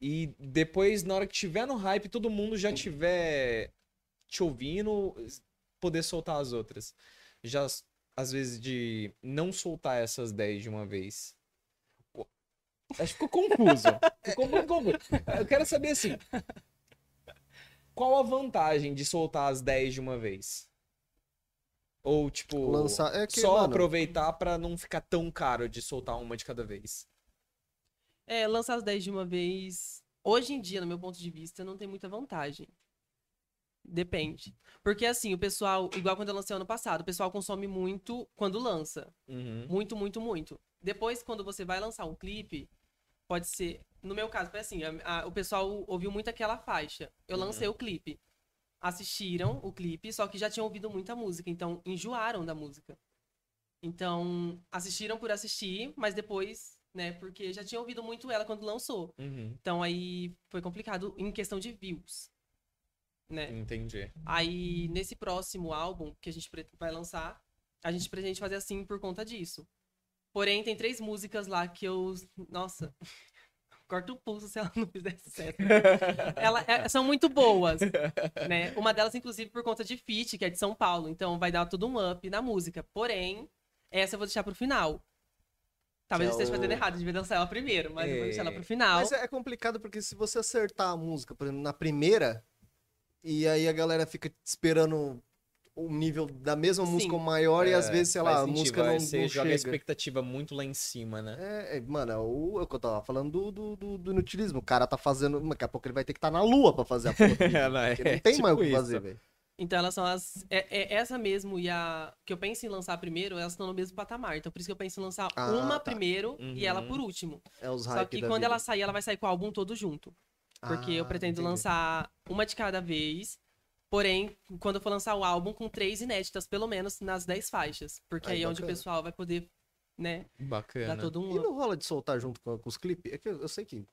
A: E depois, na hora que tiver no hype, todo mundo já tiver te ouvindo, poder soltar as outras. Já, às vezes, de não soltar essas 10 de uma vez. Pô, Acho que ficou confuso. ficou muito confuso. Eu quero saber, assim, qual a vantagem de soltar as 10 de uma vez? Ou, tipo,
B: Lançar. É que,
A: só
B: mano,
A: aproveitar pra não ficar tão caro de soltar uma de cada vez.
C: É, lançar as 10 de uma vez, hoje em dia, no meu ponto de vista, não tem muita vantagem. Depende. Porque assim, o pessoal, igual quando eu lancei ano passado, o pessoal consome muito quando lança.
A: Uhum.
C: Muito, muito, muito. Depois, quando você vai lançar um clipe, pode ser. No meu caso, foi assim: a- a- o pessoal ouviu muito aquela faixa. Eu lancei o clipe. Assistiram o clipe, só que já tinham ouvido muita música, então enjoaram da música. Então, assistiram por assistir, mas depois, né, porque já tinham ouvido muito ela quando lançou.
A: Uhum.
C: Então aí foi complicado em questão de views, né?
A: Entendi.
C: Aí, nesse próximo álbum que a gente pre- vai lançar, a gente pretende fazer assim por conta disso. Porém, tem três músicas lá que eu. Nossa. Corta o pulso se ela não fizer sucesso. Ela, é- são muito boas, né? Uma delas, inclusive, por conta de feat, que é de São Paulo. Então, vai dar tudo um up na música. Porém, essa eu vou deixar pro final. Talvez eu
B: Que é
C: esteja fazendo
B: o-
C: errado, devia dançar ela primeiro, mas eu vou deixar ela
A: É.
C: pro final.
B: Mas é é complicado porque se você acertar a música, por exemplo, na primeira, e aí a galera fica esperando o nível da mesma
C: Sim.
B: música ou maior, e às
A: É,
B: vezes, sei lá,
A: faz
B: a
A: sentido,
B: música
A: vai,
B: não,
A: Você
B: não
A: joga a
B: chega.
A: expectativa muito lá em cima, né?
B: É, é, mano, é o, é o que eu tava falando do, do, do, do inutilismo. O cara tá fazendo. Daqui a pouco ele vai ter que estar na lua pra fazer a porra.
A: É, não, é,
B: Porque não tem mais o que
A: tipo
B: fazer,
A: isso.
B: velho.
C: Então elas são as. É, é essa mesmo e a. Que eu penso em lançar primeiro, elas estão no mesmo patamar. Então por isso que eu penso em lançar
B: Ah, tá.
C: uma primeiro e ela
A: Uhum.
C: por último.
B: É os
C: Só
B: hype
C: que
B: da
C: quando
B: vida.
C: ela sair, ela vai sair com o álbum todo junto. Porque eu
B: Ah,
C: pretendo
B: entendi.
C: lançar uma de cada vez. Porém, quando eu for lançar o álbum, com três inéditas, pelo menos, nas dez faixas. Porque
B: Aí,
C: aí é onde o
B: bacana.
C: pessoal vai poder, né,
A: Bacana.
C: dar todo
B: E
C: um. up.
B: não rola de soltar junto com, com os clipes? É que eu, eu sei que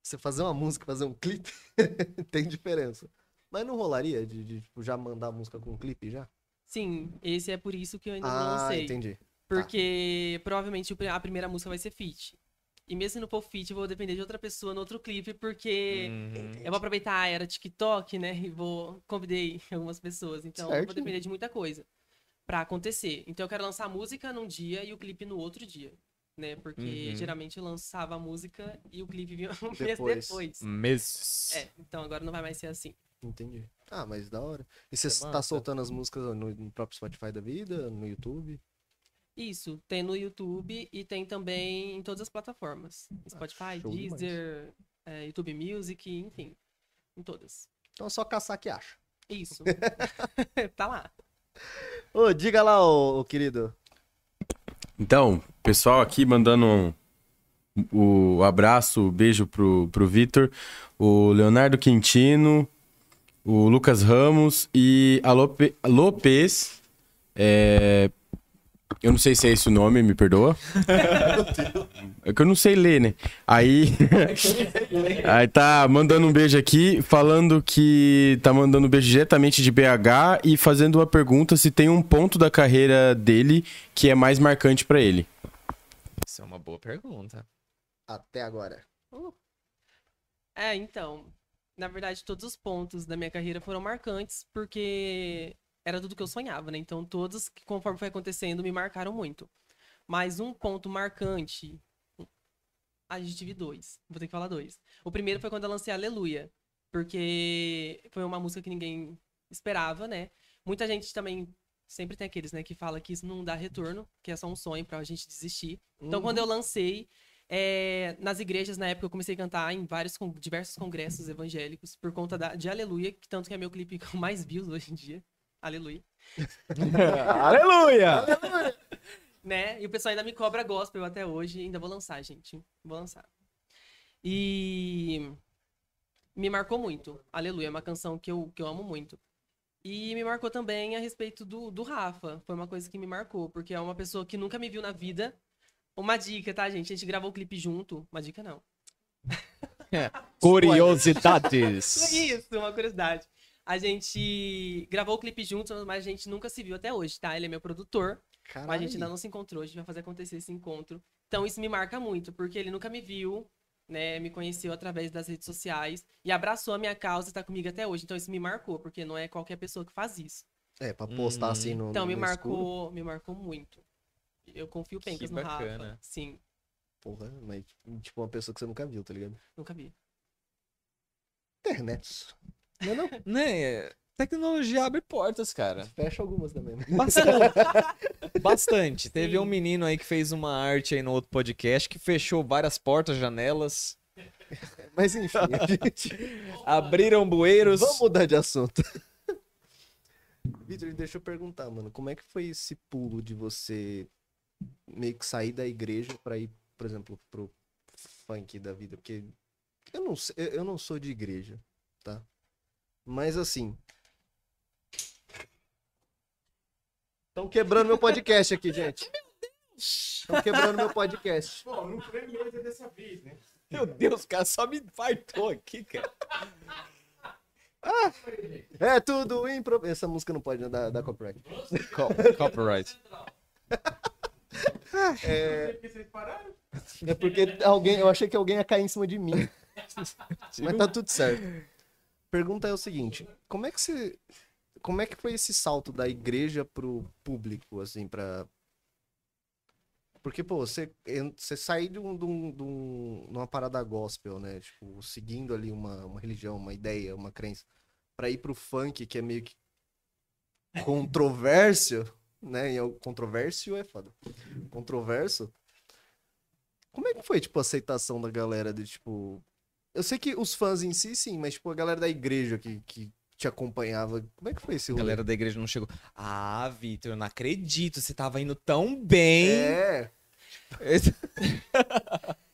B: você fazer uma música, fazer um clipe, tem diferença. Mas não rolaria de, de, tipo, já mandar a música com um clipe já?
C: Sim, esse é por isso que eu ainda não
B: Ah,
C: lancei.
B: entendi.
C: Porque provavelmente o pri- a primeira música vai ser feat. E mesmo se não for feat, eu vou depender de outra pessoa no outro clipe, porque
A: Uhum.
C: eu vou aproveitar a era TikTok, né? E vou. Convidei algumas pessoas. Então eu
B: Certo.
C: vou depender de muita coisa pra acontecer. Então eu quero lançar a música num dia e o clipe no outro dia. Né? Porque
A: Uhum.
C: geralmente eu lançava a música e o clipe vinha um mês
B: Depois.
C: depois.
A: Hum.
D: Meses.
C: É, então agora não vai mais ser assim.
B: Entendi. Ah, mas da hora. E você
A: Isso é
B: tá
A: massa.
B: soltando as músicas no, no próprio Spotify da vida, no YouTube?
C: Isso, tem no YouTube e tem também em todas as plataformas. Spotify, é,
B: show demais.
C: Deezer, eh, YouTube Music, enfim, em todas.
B: Então é só caçar que acha.
C: Isso. tá lá.
B: Ô, diga lá, ô, ô querido.
D: Então, pessoal aqui mandando um- o abraço, o beijo pro, pro Vitor, o Leonardo Quintino, o Lucas Ramos e a Lope, Lopes. é, eu não sei se é esse o nome, me perdoa. É que eu não sei ler, né? Aí. Aí tá mandando um beijo aqui, falando que tá mandando um beijo diretamente de BH e fazendo uma pergunta se tem um ponto da carreira dele que é mais marcante pra ele.
A: Isso é uma boa pergunta.
B: Até agora.
C: É, então, na verdade, todos os pontos da minha carreira foram marcantes, porque era tudo que eu sonhava, né? Então, todos, que conforme foi acontecendo, me marcaram muito. Mas um ponto marcante. A gente tive dois. Vou ter que falar dois. O primeiro foi quando eu lancei Aleluia, porque foi uma música que ninguém esperava, né? Muita gente também. Sempre tem aqueles, né, que fala que isso não dá retorno, que é só um sonho pra gente desistir. Então, quando eu lancei, é, nas igrejas, na época, eu comecei a cantar em vários con- diversos congressos evangélicos por conta da- de Aleluia, que tanto que é meu clipe com mais views hoje em dia. Aleluia.
A: Aleluia!
C: Né? E o pessoal ainda me cobra gospel até hoje. Ainda vou lançar, gente. Vou lançar. E me marcou muito. Aleluia, é uma canção que eu, que eu amo muito. E me marcou também a respeito do, do Rafa. Foi uma coisa que me marcou, porque é uma pessoa que nunca me viu na vida. Uma dica, tá, gente? A gente gravou o clipe junto. Uma dica não.
A: Curiosidades.
C: Isso, uma curiosidade. A gente gravou o clipe juntos, mas a gente nunca se viu até hoje, tá? Ele é meu produtor, mas a gente ainda não se encontrou, a gente vai fazer acontecer esse encontro. Então isso me marca muito, porque ele nunca me viu, né? Me conheceu através das redes sociais e abraçou a minha causa e tá comigo até hoje. Então isso me marcou, porque não é qualquer pessoa que faz isso.
B: É, pra postar
A: Hum.
B: assim no.
C: Então
B: no
C: me
B: escuro.
C: marcou, me marcou muito. Eu confio
A: Que
C: pencas no Rafa.
A: bacana.
C: Sim,
B: Porra, mas tipo uma pessoa que você nunca viu, tá ligado?
C: nunca vi.
B: Internet. Não, é não.
A: Né? Tecnologia abre portas, cara.
B: Fecha algumas também, né?
A: Bastante. Bastante. Teve
C: Sim.
A: um menino aí que fez uma arte aí no outro podcast que fechou várias portas, janelas,
B: Mas enfim, a gente.
A: abriram bueiros.
B: Vamos mudar de assunto. Vitor, deixa eu perguntar, mano. Como é que foi esse pulo de você meio que sair da igreja pra ir, por exemplo, pro funk da vida? Porque eu não, sei- eu eu não sou de igreja, tá? Mas assim. Estão quebrando meu podcast aqui, gente. Estão quebrando meu podcast.
D: Bom, não foi mesa dessa vez, né?
A: Meu Deus, cara, só me infartou aqui, cara.
B: É tudo improviso. Essa música não pode dar, dar copyright.
A: Co- Copyright.
B: É porque alguém, eu achei que alguém ia cair em cima de mim. Mas tá tudo certo. Pergunta é o seguinte, como é que você como é que foi esse salto da igreja pro público assim para Porque pô, você en- você sair de um, de um, de um- numa parada gospel, né, tipo, seguindo ali uma, uma religião, uma ideia, uma crença, pra ir pro funk, que é meio que controvérsio, né? E o controvércio é foda. Controverso. Como é que foi, tipo, a aceitação da galera de, tipo... Eu sei que os fãs em si, sim, mas, tipo, a galera da igreja que, que te acompanhava, como é que foi esse
A: A
B: rolê?
A: galera da igreja não chegou. Ah, Vitor, eu não acredito. Você tava indo tão bem.
B: É,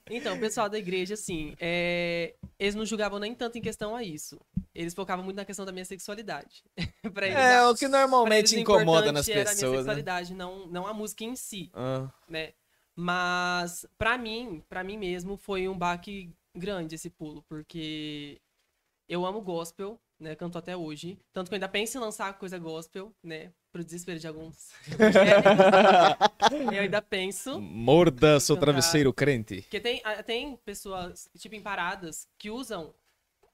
C: Então, o pessoal da igreja, assim, é, eles não julgavam nem tanto em questão a isso. Eles focavam muito na questão da minha sexualidade. pra eles,
A: É,
C: a-
A: o que
C: pra eles,
A: normalmente
C: o
A: incomoda nas
C: importante era a minha
A: pessoas, né?
C: sexualidade, não, não a música em si,
A: Ah,
C: né? Mas, pra mim, pra mim mesmo, foi um baque grande esse pulo, porque eu amo gospel, né? Canto até hoje. Tanto que eu ainda penso em lançar coisa gospel, né? Pro desespero de alguns. eu ainda penso.
A: Morda seu
C: Então tá.
A: travesseiro crente.
C: Porque tem, ah, tem pessoas, tipo, em paradas, que usam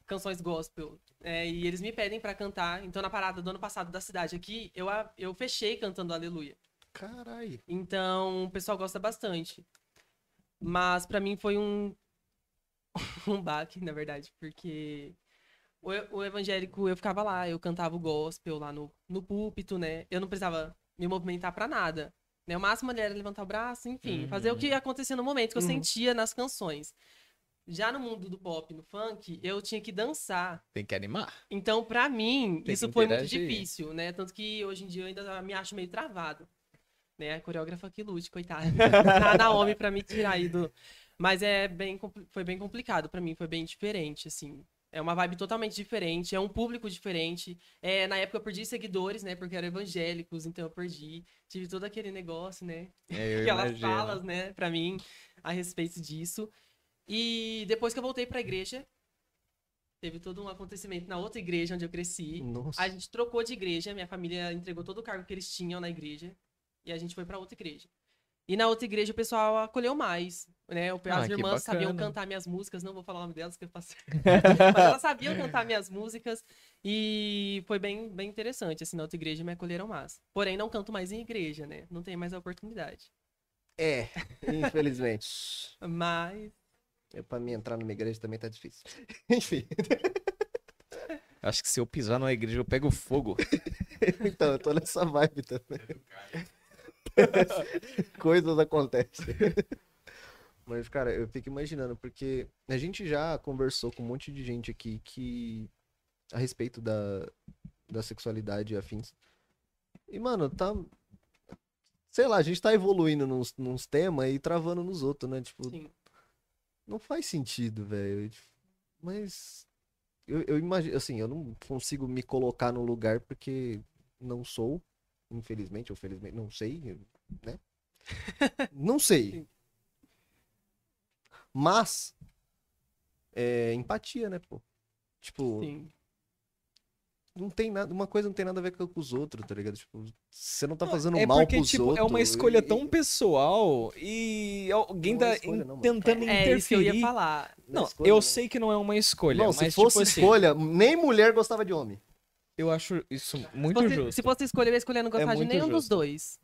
C: canções gospel. é, e eles me pedem pra cantar. Então, na parada do ano passado da cidade aqui, eu, a- eu fechei cantando Aleluia.
B: caralho.
C: Então, o pessoal gosta bastante. Mas pra mim foi um. um baque, na verdade, porque. O, e- o evangélico, eu ficava lá, eu cantava o gospel lá no, no púlpito, né? Eu não precisava me movimentar pra nada. Né? O máximo ali era levantar o braço, enfim, fazer o que acontecia no momento, que eu sentia nas canções. Já no mundo do pop, no funk, eu tinha que dançar.
A: Tem que animar.
C: Então, pra mim,
A: Tem
C: isso
A: que
C: foi muito
A: interagir.
C: difícil, né? Tanto que hoje em dia eu ainda me acho meio travado. Né? A coreógrafa que lute, coitada. Nada homem pra me tirar aí do. Mas é bem, compli- foi bem complicado pra mim, foi bem diferente, assim. É uma vibe totalmente diferente, é um público diferente. É, na época eu perdi seguidores, né? Porque eram evangélicos, então eu perdi. Tive todo aquele negócio, né?
A: É, eu
C: aquelas
A: imagino.
C: falas, né, pra mim, a respeito disso. E depois que eu voltei pra igreja, teve todo um acontecimento na outra igreja onde eu cresci.
B: Nossa.
C: A gente trocou de igreja, minha família entregou todo o cargo que eles tinham na igreja e a gente foi pra outra igreja. E na outra igreja o pessoal acolheu mais, né? O-
A: Ah,
C: As
A: que
C: irmãs sabiam
A: bacana.
C: cantar minhas músicas, não vou falar o nome delas que eu faço. Mas elas sabiam cantar minhas músicas e foi bem, bem interessante, assim, na outra igreja me acolheram mais. Porém, não canto mais em igreja, né? Não tenho mais a oportunidade.
B: É, infelizmente.
C: Mas
B: É, pra mim entrar numa igreja também tá difícil. Enfim,
A: Acho que se eu pisar numa igreja, eu pego fogo.
B: então, eu tô nessa vibe também. Coisas acontecem. Mas, cara, eu fico imaginando, porque a gente já conversou com um monte de gente aqui que. a respeito da, da sexualidade e afins. E, mano, tá. Sei lá, a gente tá evoluindo nos, nos temas e travando nos outros, né? Tipo,
C: Sim.
B: não faz sentido, velho. Mas eu, eu imagino, assim, eu não consigo me colocar no lugar porque não sou, infelizmente, ou felizmente, não sei, né? Não sei.
C: Sim.
B: Mas é empatia, né, pô? Tipo,
C: Sim,
B: não tem nada, uma coisa não tem nada a ver com com os outros, tá ligado? Tipo, você não tá
A: Não,
B: fazendo
A: é
B: mal
A: porque,
B: pros
A: tipo,
B: outros.
A: É uma escolha
B: e-
A: tão pessoal e alguém
B: Não é
A: tá
B: escolha, não, mano.
A: tentando
C: é
A: interferir.
C: isso que eu ia falar.
B: Não é
A: Não,
B: escolha,
A: eu
B: não.
A: sei que não é uma escolha,
B: Não,
A: mas
B: se
A: tipo
B: fosse
A: assim,
B: escolha, nem mulher gostava de homem.
A: eu acho isso
C: Se
A: muito
C: fosse,
A: justo. É
C: se fosse escolher, eu ia escolher não gostar de
A: muito
C: nenhum dos
A: justo.
C: dois.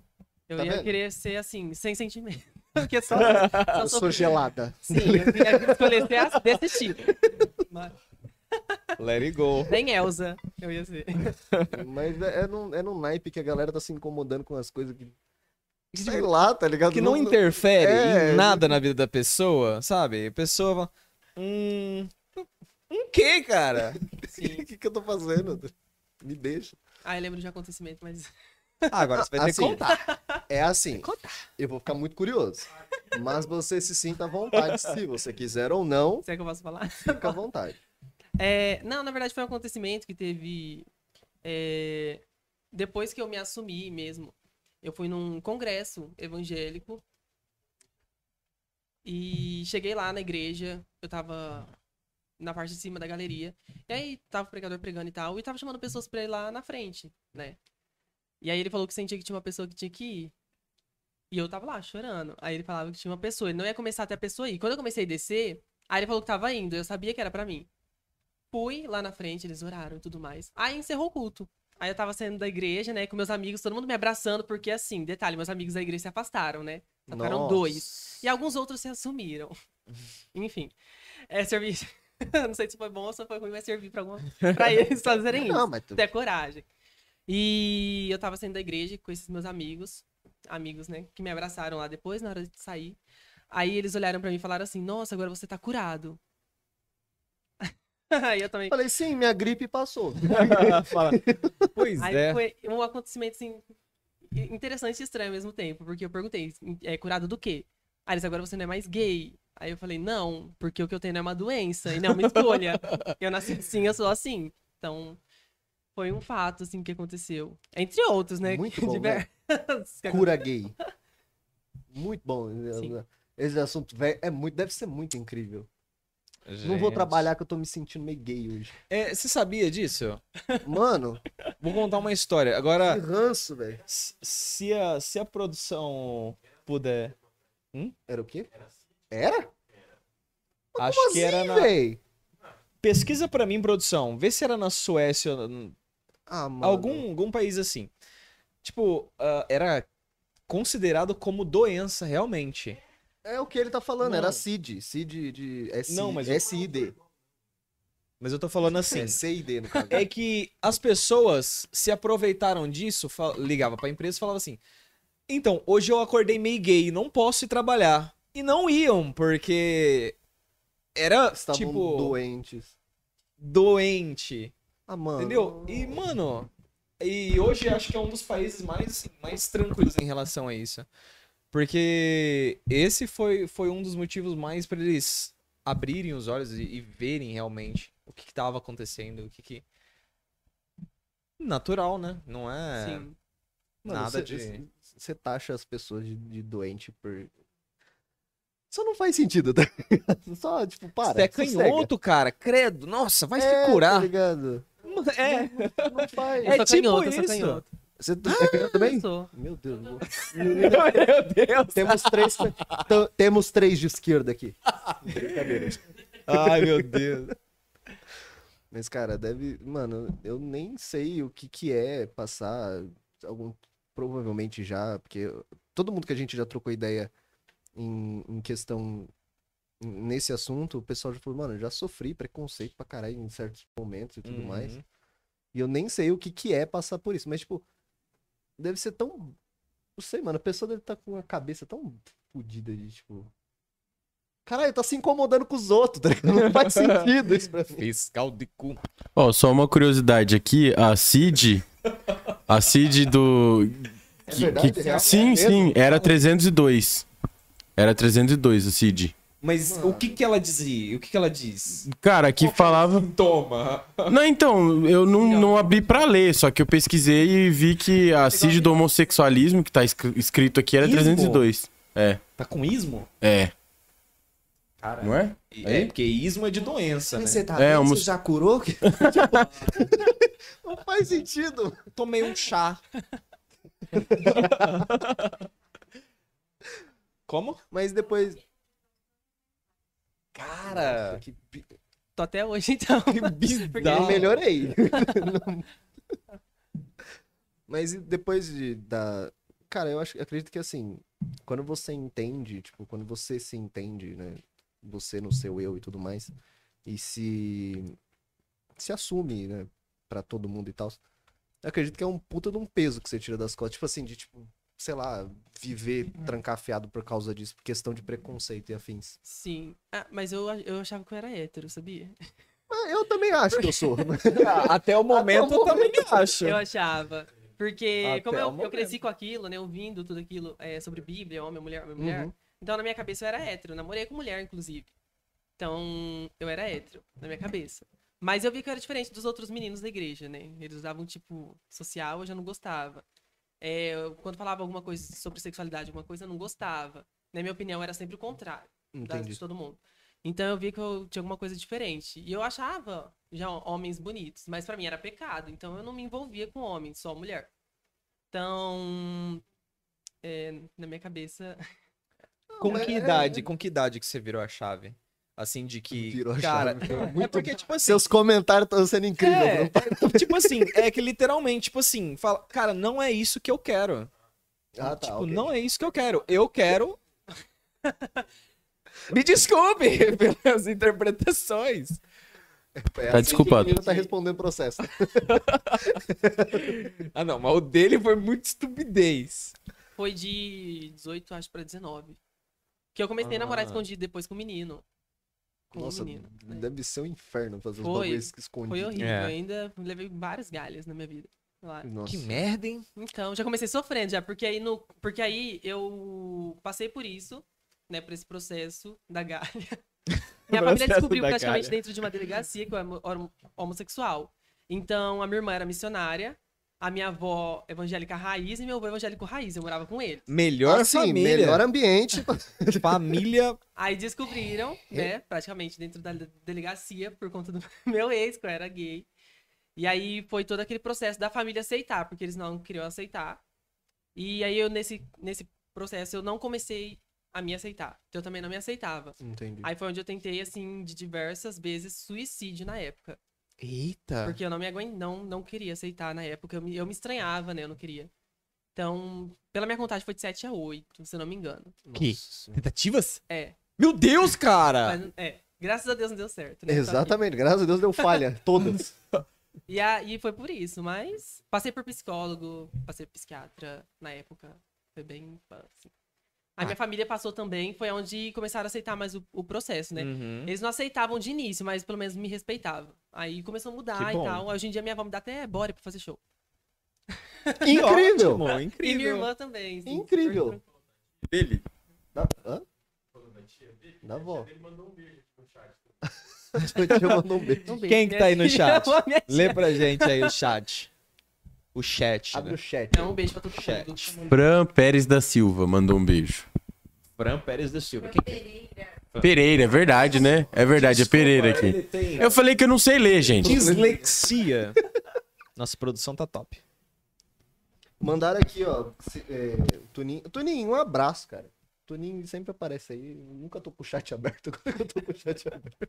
C: Eu
B: Tá
C: ia
B: vendo?
C: querer ser assim, sem sentimento. Porque só, só
B: Eu sou
C: sofri-
B: gelada.
C: Sim, eu queria escolher ser as- desse tipo. Mas,
A: Let it go.
C: nem Elsa, eu ia ser.
B: Mas é, é num, é num naipe que a galera tá se incomodando com as coisas que.
A: Que,
B: Sei
A: tipo,
B: lá, tá ligado?
A: que não interfere
B: É,
A: em nada na vida da pessoa, sabe? A pessoa fala, hum, um quê, cara?
B: O que, que eu tô fazendo? Me deixa.
C: Ah, eu lembro de um acontecimento, mas.
A: Ah, agora você vai ter
B: Assim,
A: que contar.
B: É assim. Eu vou ficar muito curioso. Mas você se sinta à vontade. Se você quiser ou não,
C: Será que eu posso falar?
B: fica à vontade.
C: É, não, na verdade foi um acontecimento que teve. é, depois que eu me assumi mesmo, eu fui num congresso evangélico e cheguei lá na igreja, eu tava na parte de cima da galeria, e aí tava o pregador pregando e tal, e tava chamando pessoas pra ir lá na frente, né? E aí ele falou que sentia que tinha uma pessoa que tinha que ir. E eu tava lá chorando. Aí ele falava que tinha uma pessoa, ele não ia começar até a pessoa ir. Quando eu comecei a descer, aí ele falou que tava indo, eu sabia que era pra mim fui lá na frente, eles oraram e tudo mais. Aí encerrou o culto. Aí eu tava saindo da igreja, né, com meus amigos, todo mundo me abraçando, porque assim, detalhe, meus amigos da igreja se afastaram, né? Só ficaram
B: Nossa.
C: dois. E alguns outros se assumiram. Enfim. É, servir. Não sei se foi bom ou se foi ruim, mas servir pra, alguma... pra eles fazerem isso
B: Não, mas tu...
C: ter coragem. E eu tava saindo da igreja com esses meus amigos, amigos, né, que me abraçaram lá depois, na hora de sair. Aí eles olharam pra mim e falaram assim: Nossa, agora você tá curado. Aí eu também.
B: Falei, sim, minha gripe passou.
A: Fala, Pois
C: Aí
A: é.
C: foi um acontecimento, assim, i- interessante e estranho ao mesmo tempo, porque eu perguntei: É curado do quê? Aí eles, agora você não é mais gay. Aí eu falei: Não, porque o que eu tenho não é uma doença e não é uma escolha. eu nasci assim, eu sou assim. Então. Foi um fato, assim, que aconteceu. Entre outros, né?
B: Muito bom,
C: Diver-
B: né?
C: Todos que agora-
B: Cura gay. Muito bom.
C: Sim.
B: Esse assunto velho, é muito, deve ser muito incrível. Não vou
A: Gente.
B: trabalhar que eu tô me sentindo meio gay hoje.
A: É, você sabia disso?
B: Mano,
A: Vou contar uma história.
B: que
A: Agora,
B: ranço, velho.
A: s- se a, se a produção puder.
B: Era o quê? Era?
A: acho
B: Como
A: que assim. era
B: assim,
A: na.
B: véi?
A: Pesquisa pra mim, produção. Vê se era na Suécia. ou n-
B: Ah, mano.
A: Algum, algum país assim. Tipo, ah, era considerado como doença, realmente.
B: É o que ele tá falando, era
A: Não.
B: CID. CID de. É
A: Não, mas eu-
B: SID.
A: Mas eu tô falando assim.
B: É CID, no caso.
A: é que as pessoas se aproveitaram disso, fa- ligava pra empresa e falava assim: "Então, hoje eu acordei meio gay, não posso ir trabalhar". E não iam, porque Era,
B: Estavam
A: tipo,
B: doentes.
A: doente.
B: Ah, mano.
A: Entendeu? E, mano, e hoje acho que é um dos países mais, assim, mais tranquilos em relação a isso. Porque esse foi, foi um dos motivos mais pra eles abrirem os olhos e, e verem realmente o que, que tava acontecendo, o que que. Natural, né? Não é.
C: Sim.
A: nada
B: cê,
A: de-
B: Você taxa as pessoas de, de doente por. Só não faz sentido, tá ligado? Só, tipo, para.
A: Você é
B: sossega.
A: canhoto, cara, credo. Nossa, vai
B: É,
A: se
B: Tá
A: curar.
B: ligado?
A: É.
B: Não faz.
A: É
C: Eu sou
A: tipo
C: canhoto, eu sou
A: isso.
C: canhoto.
B: Você é canhoto também?
C: Eu sou.
B: Meu Deus. vou-
A: Meu Deus.
B: Temos três, Então, temos três de esquerda aqui. Brincadeira.
A: Ai, meu Deus.
B: Mas, cara, deve. Mano, eu nem sei o que que é passar algum. Provavelmente já, porque todo mundo que a gente já trocou ideia em, em questão nesse assunto, o pessoal já falou, mano, eu já sofri preconceito pra caralho em certos momentos e tudo mais.
A: Uhum.
B: E eu nem sei o que que é passar por isso, mas, tipo, deve ser tão. Não sei, mano, a pessoa deve estar com a cabeça tão fodida de, tipo. Caralho, tá se incomodando com os outros, tá ligado? Não faz sentido isso pra mim.
A: Fiscal de cu.
D: Ó, só uma curiosidade aqui, a Cid, a Cid do...
B: É
D: que-
B: verdade,
D: que-
B: é real, é
D: sim,
B: mesmo?
D: sim, era 302. Era 302 a Cid.
A: Mas o que que ela dizia? O que que ela diz?
D: Cara, que falava...
A: Toma.
D: Não, então, eu não,
C: Não.
D: não abri pra ler, só que eu pesquisei e vi que a Cid do homossexualismo, que tá escr- escrito aqui, era
A: Ismo?
D: 302. É,
A: Tá com ismo?
D: é,
A: Cara,
D: não é?
A: é porque ismo é de doença, né?
B: Você tá
D: É,
B: bem?
D: um
B: Você
D: mus-
B: já curou? não faz sentido.
A: Tomei um chá. Como?
B: Mas depois.
A: Cara,
B: Tá, Que bi-
C: Tô até hoje, então.
A: que bizarro.
B: Eu melhorei. Não- Mas e depois de, da. Cara, eu acho, acredito que assim, quando você entende, tipo, quando você se entende, né? Você no seu eu e tudo mais, e se. se assume, né? Pra todo mundo e tal. Eu acredito que é um puta de um peso que você tira das costas. Tipo assim, de tipo, sei lá, viver trancafiado por causa disso, por questão de preconceito e afins.
C: Sim. Ah, mas eu, eu achava que eu era hétero, sabia?
B: Mas Ah, eu também acho que eu sou.
A: Até o momento eu também acho.
C: Eu achava. Porque,
A: Até
C: como
A: o
C: eu, eu
A: momento.
C: cresci com aquilo, né? Ouvindo tudo aquilo é, sobre Bíblia, homem, mulher, homem, mulher.
B: Uhum.
C: Então, na minha cabeça, eu era hétero. Eu namorei com mulher, inclusive. Então, eu era hétero, na minha cabeça. Mas eu vi que eu era diferente dos outros meninos da igreja, né? Eles usavam, tipo, social, eu já não gostava. É, eu- quando falava alguma coisa sobre sexualidade, alguma coisa, eu não gostava. Na minha opinião, era sempre o contrário da-
B: Entendi.
C: de todo mundo. Então eu vi que eu tinha alguma coisa diferente. E eu achava já homens bonitos, mas pra mim era pecado. Então eu não me envolvia com homens, só mulher. Então, é, na minha cabeça,
A: Com
B: É,
A: que
B: é,
A: idade, com que idade que você virou a chave? Assim, de que,
B: Virou a
A: cara,
B: chave.
A: é porque, tipo assim,
B: Seus comentários estão sendo incríveis,
A: É,
B: Bruno.
A: é, tipo assim, é que literalmente, tipo assim, fala, cara, não é isso que eu quero.
B: Ah, tá,
A: tipo,
B: ok.
A: não é isso que eu quero. Eu quero. Me desculpe pelas interpretações.
B: É
D: Tá
B: assim
D: desculpado.
B: que o menino tá respondendo o processo.
A: Ah, não, mas o dele foi muito estupidez.
C: foi de 18, acho, pra 19. Que eu comecei a namorar
A: Ah.
C: escondido depois com o menino. Com
B: Nossa,
C: o menino. né?
B: deve ser um inferno fazer os
C: Foi.
B: bagulhos
C: Foi
B: escondidos.
C: horrível.
A: É.
C: Eu ainda levei várias galhas na minha vida. Claro.
B: Nossa.
A: Que merda, hein?
C: Então, já comecei sofrendo já, porque aí no, porque aí eu passei por isso, né, por esse processo da galha. Minha família
A: Processo
C: descobriu
A: da
C: praticamente
A: galha.
C: dentro de uma delegacia que eu era homo- homo- homossexual. Então, a minha irmã era missionária, a minha avó evangélica raiz e meu avô evangélico raiz, eu morava com ele.
A: Melhor
B: assim,
A: família.
B: melhor ambiente.
A: Família.
C: Aí descobriram, né, praticamente dentro da de- delegacia, por conta do meu ex, que eu era gay. E aí foi todo aquele processo da família aceitar, porque eles não queriam aceitar. E aí eu, nesse, nesse processo, eu não comecei a me aceitar. Então, Eu também não me aceitava.
B: Entendi.
C: Aí foi onde eu tentei, assim, de diversas vezes, suicídio na época.
B: Tá.
A: Eita.
C: Porque eu não me aguentava, não, não queria aceitar na época. Eu me, eu me estranhava, né? Eu não queria. Então, pela minha contagem, foi de 7 a 8, se eu não me engano.
A: Que? Tentativas?
C: É.
A: Meu Deus, cara!
C: Mas, é. Graças a Deus não deu certo. Né? Só que-
B: Exatamente, graças a Deus deu falha, todas.
C: E aí foi por isso, mas passei por psicólogo, passei por psiquiatra na época. Foi bem. assim, A
A: Ah.
C: minha família passou também, foi onde começaram a aceitar mais o, o processo, né?
A: Uhum.
C: Eles não aceitavam de início, mas pelo menos me respeitavam. Aí começou a mudar
A: Que
C: e
A: bom.
C: tal. Hoje em dia minha avó me dá até bora pra fazer show.
B: Incrível!
A: Ótimo,
C: E minha
A: incrível.
C: irmã também. sim. Uhum.
B: Incrível.
D: Dele?
B: Da, hã? Da avó. Sua tia mandou um beijo.
C: Um beijo.
A: Quem que tá aí no
C: Minha
A: chat?
C: avó, minha tia.
A: Lê pra gente aí o chat. O chat,
B: Abre
A: né?
B: o chat.
C: Então, um beijo pra todo
A: Chat.
C: mundo.
D: Fran Pérez da Silva mandou um beijo.
A: Fran Pérez da Silva.
D: Pereira, é verdade, né? É verdade, é Pereira aqui. Eu falei que eu não sei ler, gente.
A: Dislexia. Nossa produção tá top.
B: Mandaram aqui, ó. se- é, Toninho. Toninho, um abraço, cara. Toninho sempre aparece aí. Eu Nunca tô com o chat aberto quando eu tô com o chat aberto.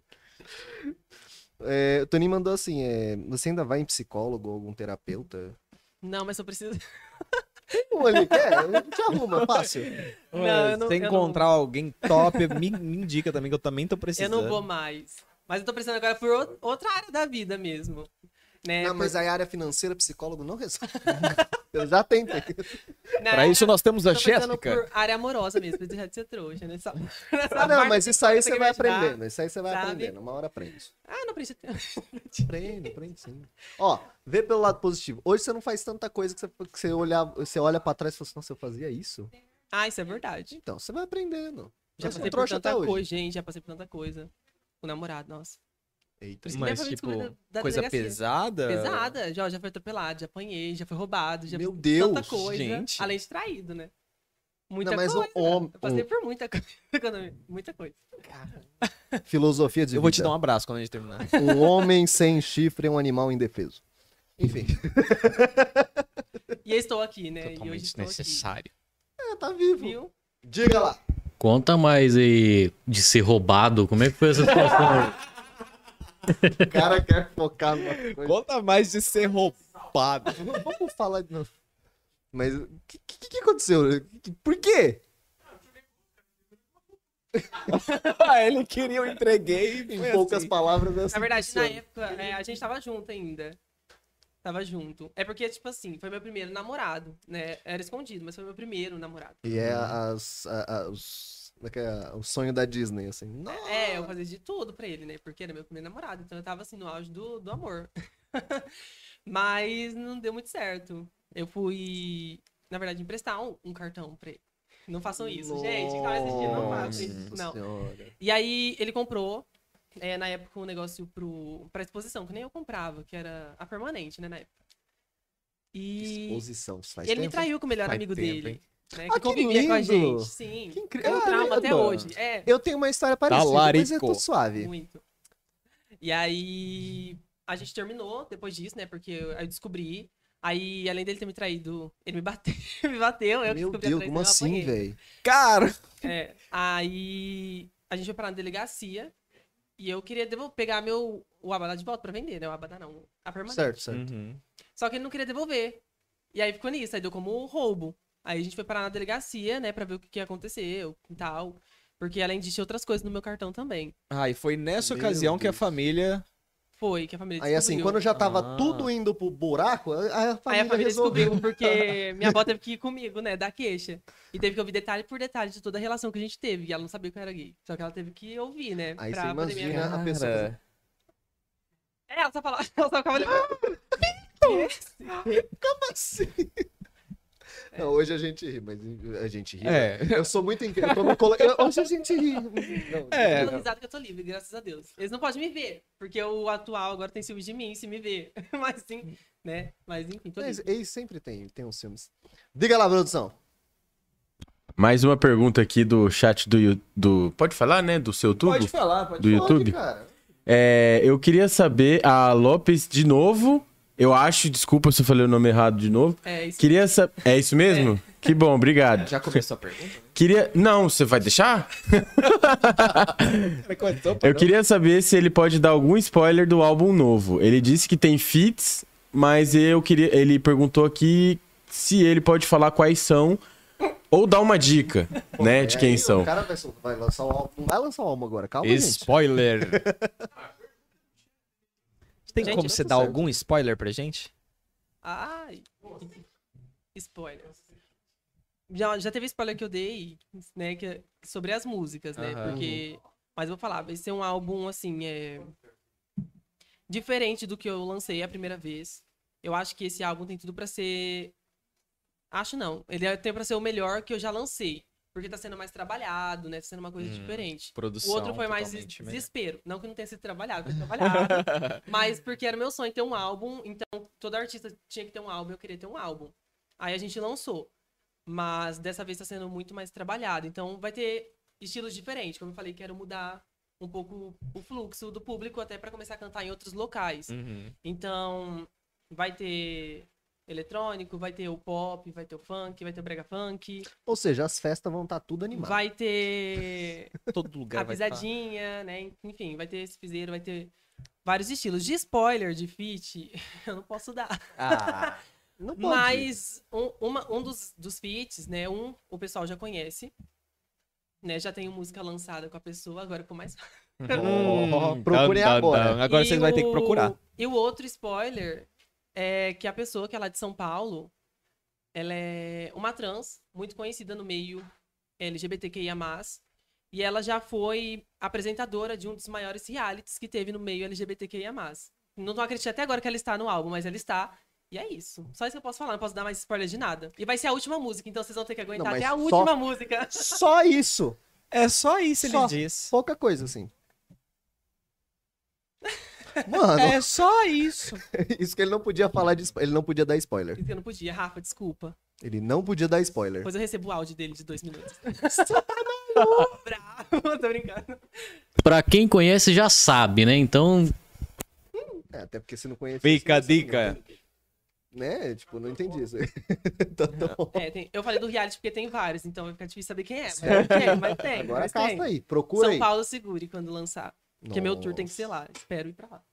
B: É, o Toninho mandou assim: é, você ainda vai em psicólogo ou algum terapeuta?
C: Não, mas eu preciso.
B: Pô, ele quer? Te arruma, fácil.
C: Não, eu não-
A: É, Se
C: eu não-
A: encontrar alguém top, me, me indica também que eu também tô
C: Eu
A: precisando.
C: não vou mais. Mas eu tô precisando agora por o- outra área da vida mesmo. Né?
B: Não, "Ah, mas a área financeira, psicólogo não resolve. Eu já tentei.
C: Por- né? na
A: Pra
C: área-
A: isso nós temos a
C: tô pensando
A: Jéssica.
C: por área amorosa mesmo, pra deixar de ser trouxa, né? Essa- nessa
B: Tá Ah, não,
C: parte
B: mas isso
C: que
B: aí
C: você
B: você
C: quer
B: vai
C: me ajudar.
B: aprendendo. Isso aí você vai
C: sabe?
B: aprendendo. Uma hora aprende.
C: Ah, não precisa.
B: Aprende, aprende sim. Ó, vê pelo lado positivo. Hoje você não faz tanta coisa que você, que você, olhar, você olha pra trás e fala assim, nossa, eu fazia isso?
C: Ah, isso é verdade.
B: Então, você vai aprendendo.
C: Já
B: Eu sou
C: passei por
B: um é trouxa
C: tanta
B: até hoje.
C: coisa, gente. Já passei por tanta coisa. O namorado, nossa.
B: Eita.
C: Por isso que minha
A: Mas,
C: família
A: tipo,
C: descobriu da- da
A: coisa
C: delegacia.
A: pesada?
C: Pesada, já, já foi atropelado, já apanhei, já foi roubado, já
B: Meu
C: fiz tanta
B: Deus,
C: coisa.
A: gente.
C: Além de traído, né? Muita
B: Não, mas o
C: coisa.
B: homem-
C: Eu passei por muita coisa. quando eu- Muita coisa.
B: Filosofia de
A: Eu vou te dar um abraço quando a gente terminar.
B: Um homem sem chifre é um animal indefeso. Enfim.
C: E eu estou aqui, né? e hoje
A: Totalmente
C: estou
A: necessário.
B: É, tá
C: aqui.
B: vivo.
C: Viu?
B: Diga lá.
E: Conta mais aí de ser roubado. Como é que foi essa situação? aí?
B: O cara quer focar numa coisa.
A: Conta mais de ser roubado.
B: Vamos falar... de- Não. Mas o que, que, que aconteceu? Por quê?
A: Ah, ele queria, eu entreguei.
B: Em poucas palavras, é assim
C: Na verdade,
B: que
C: na
B: funciona.
C: época, é, a gente tava junto ainda. Tava junto. É porque, tipo assim, foi meu primeiro namorado, né? Era escondido, mas foi meu primeiro namorado.
B: E é as, a- a- os, como é que é? o sonho da Disney, assim. Nossa,
C: É, eu fazia de tudo pra ele, né? Porque era meu primeiro namorado, então eu tava assim no auge do, do amor. Mas não deu muito certo. Eu fui, na verdade, emprestar um, um cartão pra ele. Não façam isso, gente. Que tava assistindo, não façam isso. Não.
B: Senhora.
C: E aí ele comprou, é, na época, um negócio pro, pra exposição, que nem eu comprava, que era a permanente, né, na época. E
B: Exposição, faz
C: ele me
B: tempo.
C: traiu com o melhor
A: Faz
C: amigo
A: tempo,
C: dele.
A: hein?
C: Né,
B: Ah,
C: que
B: que
C: convivia com a
B: lindo!
C: gente. Sim.
B: Que incri-
C: É um trauma até
B: Caramba!
C: hoje. É.
B: Eu tenho uma história parecida, mas eu tô
A: Talarico.
B: suave.
C: Muito. E aí a gente terminou depois disso, né? Porque eu, eu descobri. Aí, além dele ter me traído, ele me bateu, me bateu, eu que
B: Meu
C: descobri
B: Deus,
C: a
B: como
C: traição, eu
B: assim,
C: apanhei.
B: velho?
A: Cara,
C: É, aí a gente foi parar na delegacia e eu queria devol- pegar meu o abadá de volta pra vender, né? O abadá não, a permanente.
B: Certo, certo.
A: Uhum.
C: Só que ele não queria devolver. E aí ficou nisso, aí deu como roubo. Aí a gente foi parar na delegacia, né, pra ver o que, que aconteceu e tal. Porque além disso, tinha outras coisas no meu cartão também.
A: Ah, e foi nessa
B: Meu
A: ocasião que a
B: Deus.
A: família.
C: Foi que a família
B: Aí assim,
C: descobriu.
B: quando já tava
A: Ah.
B: tudo indo pro buraco, a a
C: Aí
B: família,
C: a família
B: resolveu.
C: descobriu, porque minha avó teve que ir comigo, né, dar queixa. E teve que ouvir detalhe por detalhe de toda a relação que a gente teve. E ela não sabia que eu era gay. Só que ela teve que ouvir, né?
B: Aí
C: pra
B: você
C: poder me
B: imagina
C: avisar.
B: a pessoa fazendo-
C: É, ela só falava, ela só ficava ali. "Ah,
B: Não, hoje a gente ri, mas a gente ri. né?
A: É.
B: Eu sou muito incrível. eu me colo- eu- Hoje a gente ri. Não,
A: É.
C: eu tô risada que eu tô livre, graças a Deus. Eles não podem me ver, porque o atual agora tem ciúme de mim se me ver. Mas sim, né? Mas enfim, tô
B: Mas
C: livre.
B: eles sempre tem, tem uns filmes. Diga lá, produção.
D: Mais uma pergunta aqui do chat do, Yu- do pode falar, né, do seu tubo?
A: Pode falar, pode
D: Do
A: falar.
D: YouTube?
B: Pode, cara.
D: É, eu queria saber a Lopes de novo. Eu acho, desculpa se eu falei o nome errado de novo.
C: É isso.
D: Queria saber. É isso mesmo? Que bom, obrigado.
A: Já começou a pergunta?
D: Queria. Não, você vai deixar? Eu queria saber se ele pode dar algum spoiler do álbum novo. Ele disse que tem feats, mas eu queria. Ele perguntou aqui se ele pode falar quais são ou dar uma dica, né, de
B: É,
D: quem
B: aí
D: são.
B: O cara vai, sol- vai lançar o álbum. Vai lançar o álbum agora, calma, gente.
A: Spoiler! Tem
C: Gente,
A: como
C: eu
A: você
B: tô
A: dar
B: certo.
A: algum spoiler pra gente?
C: Ai. Spoiler. Já, já teve spoiler que eu dei, né? que é sobre as músicas, né?
A: Aham.
C: Porque. Mas eu vou falar, vai ser um álbum, assim, é. Diferente do que eu lancei a primeira vez. Eu acho que esse álbum tem tudo pra ser. Acho não. Ele é- tem pra ser o melhor que eu já lancei. Porque tá sendo mais trabalhado, né? Tá sendo uma coisa
A: Hum.
C: diferente. O
A: Produção.
C: outro foi mais des-
A: totalmente né? melhor.
C: desespero. Não que não tenha sido trabalhado, foi trabalhado. Mas porque era meu sonho ter um álbum, então toda artista tinha que ter um álbum, eu queria ter um álbum. Aí a gente lançou. Mas dessa vez tá sendo muito mais trabalhado, então vai ter estilos diferentes. Como eu falei, quero mudar um pouco o fluxo do público até pra começar a cantar em outros locais.
A: Uhum.
C: Então, vai ter eletrônico, vai ter o pop, vai ter o funk, vai ter o brega funk,
B: Ou seja, as festas vão estar tudo animadas.
C: vai ter
A: Todo lugar
C: a
A: vai tá.
C: pisadinha, né? Enfim, vai ter esse piseiro, vai ter vários estilos. De spoiler, de feat, eu não posso dar.
A: Ah,
B: Não pode.
C: Mas um, uma- um dos, dos feats, né? Um o pessoal já conhece. Né, já tenho música lançada com a pessoa, agora ficou mais fácil.
B: Uhum. Ó,
D: Hum,
B: procurem agora.
C: E o- E o outro spoiler é que a pessoa, que ela é de São Paulo, ela é uma trans, muito conhecida no meio LGBTQIA+, e ela já foi apresentadora de um dos maiores realities que teve no meio LGBTQIA+. Não tô acreditando até agora que ela está no álbum, mas ela está. E é isso. Só isso que eu posso falar, não posso dar mais spoiler de nada. E vai ser a última música, então vocês vão ter que aguentar
B: Não, mas
C: até a
B: só-
C: última música.
B: Só isso.
A: É só isso ele
B: Só.
A: diz.
B: Pouca coisa, assim. Mano,
A: É só isso.
B: isso que ele não podia falar de spo- Ele não podia dar spoiler.
C: Eu não podia, Rafa, desculpa.
B: Ele não podia dar spoiler.
C: Depois eu recebo o áudio dele de dois minutos. tá Bravo, tô brincando.
E: Pra quem conhece já sabe, né? Então,
B: É, até porque você não conhece.
A: Fica a
B: você não
A: dica.
B: sabe, Né? Tipo, não entendi isso. tá, tá bom.
C: É, tem- eu falei do reality porque tem vários, então vai ficar difícil saber quem é. Mas tem, mas tem.
B: Agora
C: É, mas tem.
B: caça aí. Procura
C: São
B: aí.
C: Paulo segure quando lançar. Porque meu tour tem que ser
B: Nossa.
C: lá. Espero ir pra lá.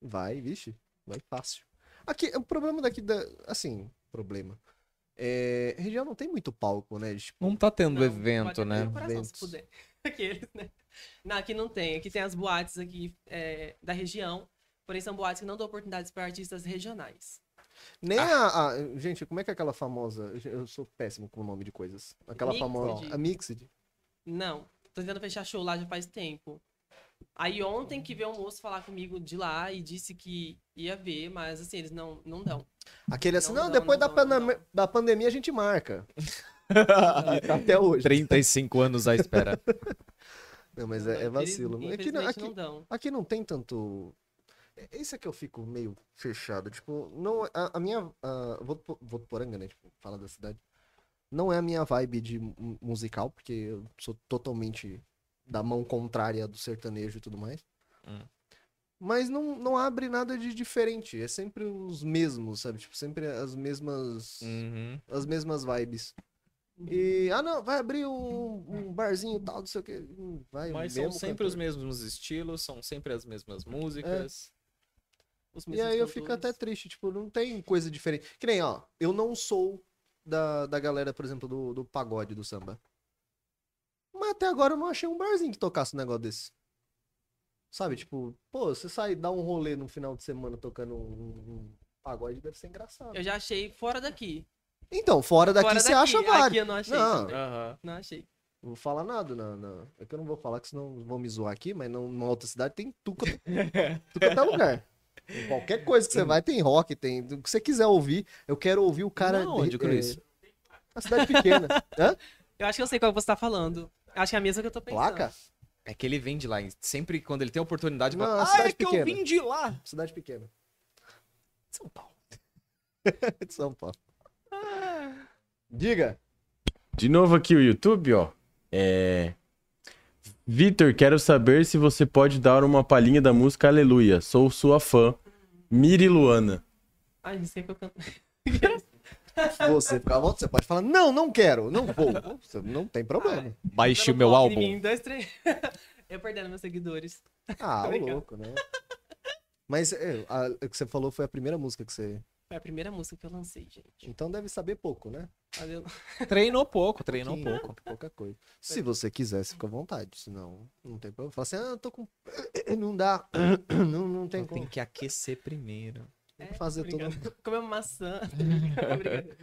B: Vai, vixe, vai fácil. Aqui, o problema daqui da. Assim, problema. É, região não tem muito palco, né? Tipo,
A: Não tá tendo
C: Não, pode
A: evento,
C: abrir
A: né?
C: o coração, se
B: Eventos.
C: puder. Aqueles, né? Não, aqui não tem. Aqui tem as boates aqui é, da região. Porém, são boates que não dão oportunidades para artistas regionais.
B: nem a, a- Gente, como é que é aquela famosa. Eu sou péssimo com o nome de coisas. Aquela
C: Mixed.
B: famosa. A Mixed.
C: Não. Tô tentando fechar show lá já faz tempo. Aí ontem que veio um moço falar comigo de lá e disse que ia ver, mas assim, eles não, não dão.
B: Aquele assim, não,
C: Não, não,
B: depois da,
C: não, não,
B: pandem-
C: não. Ah,
B: da pandemia a gente marca. E tá até hoje.
A: 35 anos à espera.
B: Não, mas
C: Não,
B: é, é vacilo.
C: infeliz-
B: Aqui, não- é
C: infelizmente
B: aqui,
C: não dão.
B: Aqui não tem tanto. é- Isso é que eu fico meio fechado. Tipo, não. A, a minha. a- Votupo- Votuporanga, né? Tipo, fala da cidade. Não é a minha vibe de mu- musical, porque eu sou totalmente da mão contrária do sertanejo e tudo mais.
A: Hum.
B: Mas não, não abre nada de diferente. É sempre os mesmos, sabe? Tipo, sempre as mesmas.
A: Uhum.
B: As mesmas vibes. E. Ah, não, vai abrir um, um barzinho e tal, não sei o quê. Hum, Vai, o
A: Mas são
B: mesmo
A: sempre os
B: cantor. É.
A: mesmos estilos, são sempre as mesmas músicas.
C: Os
B: E
C: mesmos
B: aí eu fico
C: cantores.
B: até triste, tipo, não tem coisa diferente. Que nem, ó, eu não sou da, da galera, por exemplo, do, do pagode do samba. Mas até agora eu não achei um barzinho que tocasse um negócio desse.
C: Hum.
B: Sabe, tipo, pô, você sai dar um rolê no final de semana tocando um, um pagode, deve ser engraçado.
C: Eu já achei fora daqui.
B: Então, fora daqui
C: fora
B: você acha
C: Aqui
B: vários.
C: eu não achei.
B: Não.
C: também.
A: Aham.
C: Não achei.
B: Não vou falar nada, não, não. É que eu não vou falar, que senão vão me zoar aqui, mas não, numa outra cidade tem tuca, tuca até lugar. Em qualquer coisa que você vai, tem rock, tem o que você quiser ouvir. Eu quero ouvir o cara.
A: Não, onde,
B: é,
A: Cruz?
B: a cidade pequena. Hã?
C: Eu acho que eu sei qual você tá falando. Acho que é a mesma que eu tô pensando.
B: Placa?
A: É que ele vem de lá. e Sempre quando ele tem oportunidade,
B: Não,
A: fala,
B: a
A: ah,
B: cidade
A: é que eu
B: pequena."
A: vim de lá.
B: Cidade pequena.
A: São Paulo.
B: É de São Paulo. Diga.
D: De novo aqui o YouTube, ó. É. Vitor, quero saber se você pode dar uma palhinha da música Aleluia. Sou sua fã. Miri Luana.
C: Ai, não sei o que eu canto.
B: Você fica à vontade, você pode falar, não, não quero, não vou. Você Não tem problema.
A: Baixe o
C: Dando
A: meu
C: golpe em
A: álbum.
C: mim, dois, três. eu perdendo meus seguidores.
B: Ah,
C: Tô
B: o
C: brincando.
B: louco, né? Mas é, a- o que você falou foi a primeira música que você.
C: Foi a primeira música que eu lancei, gente.
B: Então deve saber pouco, né?
C: Mas eu-
A: Treinou pouco, treinou
B: Sim,
A: pouco.
B: Pouca coisa. Se você quiser, fica à vontade. Senão, não tem problema. Fala assim, ah, eu tô com. Não dá. Não, não tem
A: Tem,
B: como.
A: tem que aquecer primeiro.
B: Fazer todo
C: é Obrigada. Comeu uma maçã. Obrigada.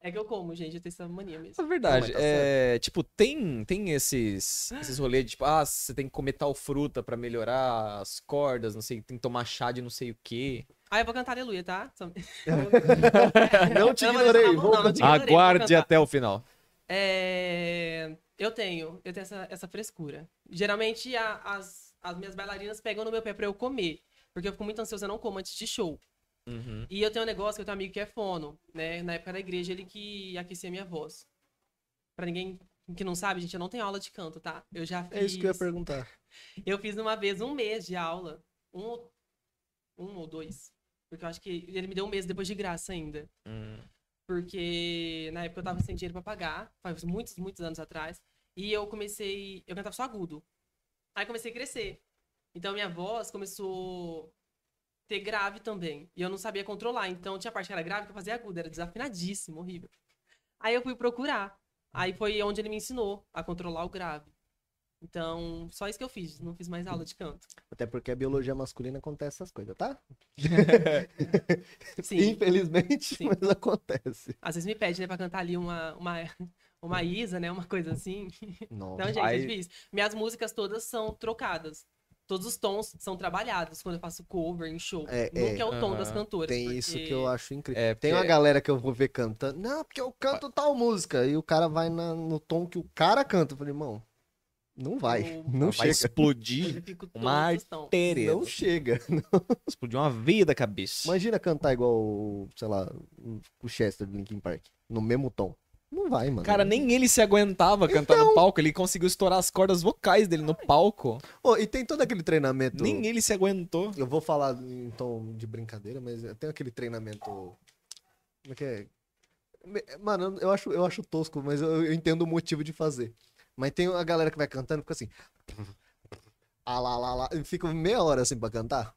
C: É que eu como, gente, eu tenho essa mania mesmo.
A: É verdade.
B: Não, mas tá
A: é, tipo, tem, tem esses, esses rolês de, tipo, ah, você tem que comer tal fruta pra melhorar as cordas, não sei, tem que tomar chá de não sei o quê.
C: Ah, eu vou cantar aleluia, tá? Só-
B: Não te
C: Eu vou
B: ignorei,
C: deixar na mão,
B: vou
C: não, eu te ignorei, vou
A: Aguarde
C: cantar.
A: até o final.
C: É, Eu tenho, eu tenho essa, essa frescura. Geralmente a- as, as minhas bailarinas pegam no meu pé pra eu comer. Porque eu fico muito ansiosa, eu não como antes de show.
A: Uhum.
C: E eu tenho um negócio que eu tenho um amigo que é fono, né? Na época da igreja, ele que aquecia a minha voz. Pra ninguém que não sabe, gente, eu não tenho aula de canto, tá? Eu já fiz.
B: É isso que eu ia perguntar.
C: Eu fiz uma vez um mês de aula. Um, ou- um ou dois. Porque eu acho que ele me deu um mês depois de graça ainda.
A: Hum.
C: Porque na época eu tava sem dinheiro pra pagar. Faz muitos, muitos anos atrás. E eu comecei. Eu cantava só agudo. Aí comecei a crescer. Então minha voz começou a ter grave também. E eu não sabia controlar. Então tinha parte que era grave que eu fazia agudo. Era desafinadíssimo, horrível. Aí eu fui procurar. Aí foi onde ele me ensinou a controlar o grave. Então, só isso que eu fiz. Não fiz mais aula de canto.
B: Até porque a biologia masculina acontece essas coisas, tá?
C: Sim.
B: Infelizmente,
C: Sim.
B: mas acontece.
C: Às vezes me pede, né, pra cantar ali uma, uma, uma Isa, né? Uma coisa assim. Então,
B: Nossa.
C: gente, é
A: Aí-
C: difícil. Minhas músicas todas são trocadas. Todos os tons são trabalhados quando eu faço cover em show.
B: É,
C: Nunca é,
B: é.
C: o tom
A: Aham.
C: das cantoras.
B: Tem isso que eu acho incrível.
A: É,
B: Tem
A: porque-
B: uma galera que eu vou ver cantando. Não, porque eu canto tal música. E o cara vai na- no tom que o cara canta. Eu falei, irmão, não vai.
C: Eu-
B: Não
A: Vai
B: chega.
A: explodir.
C: Modifico todos
A: Uma
C: os tons.
A: artéria.
B: Não chega.
A: Explodiu uma veia da cabeça.
B: Imagina cantar igual, o, sei lá, um, o Chester do Linkin Park. No mesmo tom. Não vai, mano.
A: Cara, nem ele se aguentava cantar no palco. Ele conseguiu estourar as cordas vocais dele no palco.
B: Ô, e tem todo aquele treinamento.
A: Nem ele se aguentou.
B: Eu vou falar em tom de brincadeira, mas tem aquele treinamento. Como é que é? Me- Mano, eu acho, eu acho tosco, mas eu, eu entendo o motivo de fazer. Mas tem a galera que vai cantando e fica assim. Ah lá, lá, lá. E fica meia hora assim pra cantar.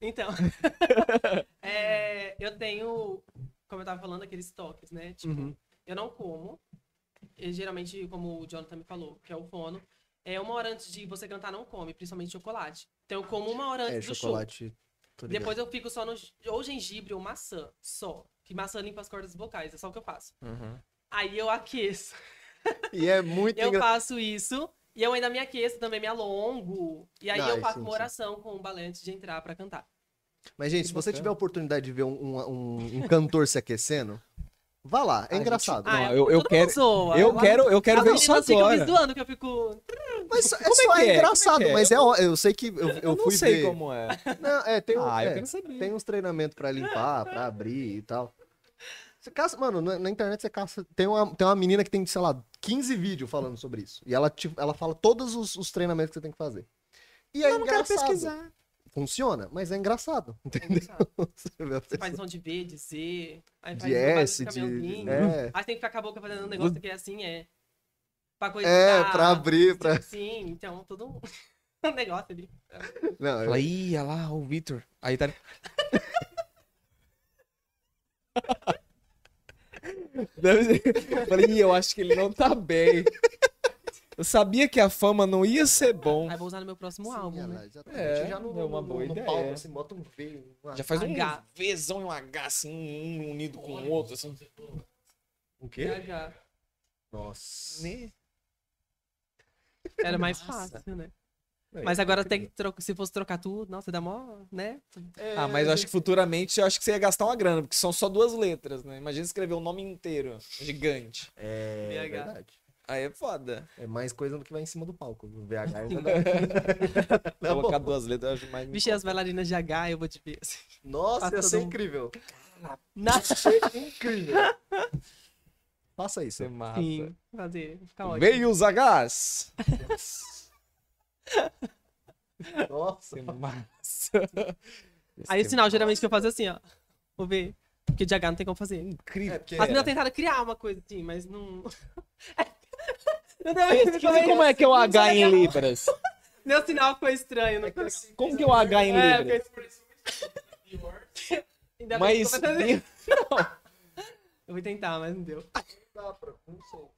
C: Então, é, eu tenho, como eu tava falando, aqueles toques, né? Tipo,
B: Uhum.
C: eu não como. E, geralmente, como o Jonathan me falou, que é o fono, é uma hora antes de você cantar, não come, principalmente chocolate. Então, eu como uma hora antes
B: É,
C: do
B: chocolate. tô
C: show.
B: ligado.
C: Depois eu fico só no ou gengibre ou maçã, só. Que maçã limpa as cordas vocais, é só o que eu faço.
A: Uhum.
C: Aí eu aqueço.
B: E é muito
C: Eu
B: engraçado.
C: faço isso. E eu ainda me aqueço também, me alongo. E aí
B: Ah,
C: eu
B: é,
C: faço
B: sim,
C: uma
B: sim.
C: oração com o balé antes de entrar pra cantar.
B: Mas, gente,
A: Que
B: se você
A: bacana.
B: tiver a oportunidade de ver um, um- um- um cantor se aquecendo, vá lá. É
A: gente,
B: engraçado.
A: Não,
C: Ah, é
A: eu-
C: porque
A: eu
C: todo
A: quero-
C: mundo zoa.
A: Eu quero, eu quero
C: As
A: ver isso
C: meninas ficam me
A: agora.
C: zoando que eu fico.
B: Mas é
A: Como é
B: só
A: que
B: é,
A: é?
B: engraçado,
A: Como é que é?
B: mas é, ó- eu sei que eu, eu,
A: Eu não
B: fui
A: sei
B: ver.
A: como é.
B: Não, é, tem um,
A: Ah, eu
B: é,
A: quero saber.
B: tem uns treinamentos pra limpar, pra abrir e tal. Você caça, mano, na, na internet você caça. Tem uma, tem uma menina que tem, sei lá, 15 vídeos falando sobre isso. E ela, te- ela fala todos os, os treinamentos que você tem que fazer. E é
A: Eu não quero
B: engraçado.
A: pesquisar.
B: Funciona, mas é engraçado. Entendeu? Você vê a
C: Você
B: pessoa-
C: faz som de V, de Z. Aí faz um
B: De
C: vários
B: S, de.
C: caminhãozinhos.
B: É,
C: Aí tem que ficar com a boca fazendo um negócio que é assim, é. Pra coisa.
B: é,
A: Tá.
B: pra abrir, pra.
C: Sim, então todo um um negócio ali.
B: Não, eu-
A: Fala, ih, olha lá, o Vitor. Aí tá. Deve ser- Falei, ih, eu acho que ele não tá bem. Eu sabia que a fama não ia ser bom.
C: Aí vou usar no meu próximo
B: Sim,
C: álbum,
B: olha
C: né?
B: lá, exatamente.
A: É,
B: já no,
A: é uma
B: no-
A: boa
B: no
A: ideia.
B: palco, assim, bota um V, uma-
A: Já faz um
C: H.
A: Vzão e um H, assim, um unido com o outro, assim.
B: O
C: Já,
B: um quê?
C: já.
B: Nossa.
A: Né?
C: Era mais
A: Nossa.
C: fácil, né?
B: É,
C: Mas agora tem que trocar. Se fosse trocar tudo, nossa, dá mó, né?
A: Ah, mas eu acho
B: É.
A: que futuramente eu acho que você ia gastar uma grana, porque são só duas letras, né? Imagina escrever o nome inteiro, gigante.
B: É
C: VH.
B: verdade.
A: Aí é foda.
B: É mais coisa do que vai em cima do palco. O VH ainda
C: Sim.
B: dá- Tá é bom.
A: Colocar duas letras, eu acho mais.
C: Vixe, as bailarinas de H, eu vou te ver. assim.
B: Nossa,
A: Ah,
C: Passa
A: tá
B: ia
C: todo
B: ser
C: mundo.
B: incrível.
C: Na
B: Ia ser incrível. Faça
A: Isso
B: isso.
A: é massa.
C: sim, fazer. Fica ótimo.
A: Veio os Hs.
B: Nossa.
A: Isso é massa.
C: Aí o sinal
A: um
C: geralmente que eu faço é assim, ó. Vou ver. Porque de H não tem como fazer.
A: Incrível.
B: É, porque-
C: As meninas tentaram criar uma coisa assim, mas não. Não
A: Pensa,
C: deu-
A: como, é que é o H em libras?
C: Meu sinal ficou estranho, não ficou legal.
A: Como que é o H em
C: É,
A: libras?
C: porque- Ainda bem que
A: Mas...
C: ficou fazendo- Eu vou tentar, mas não deu.
B: Não sei.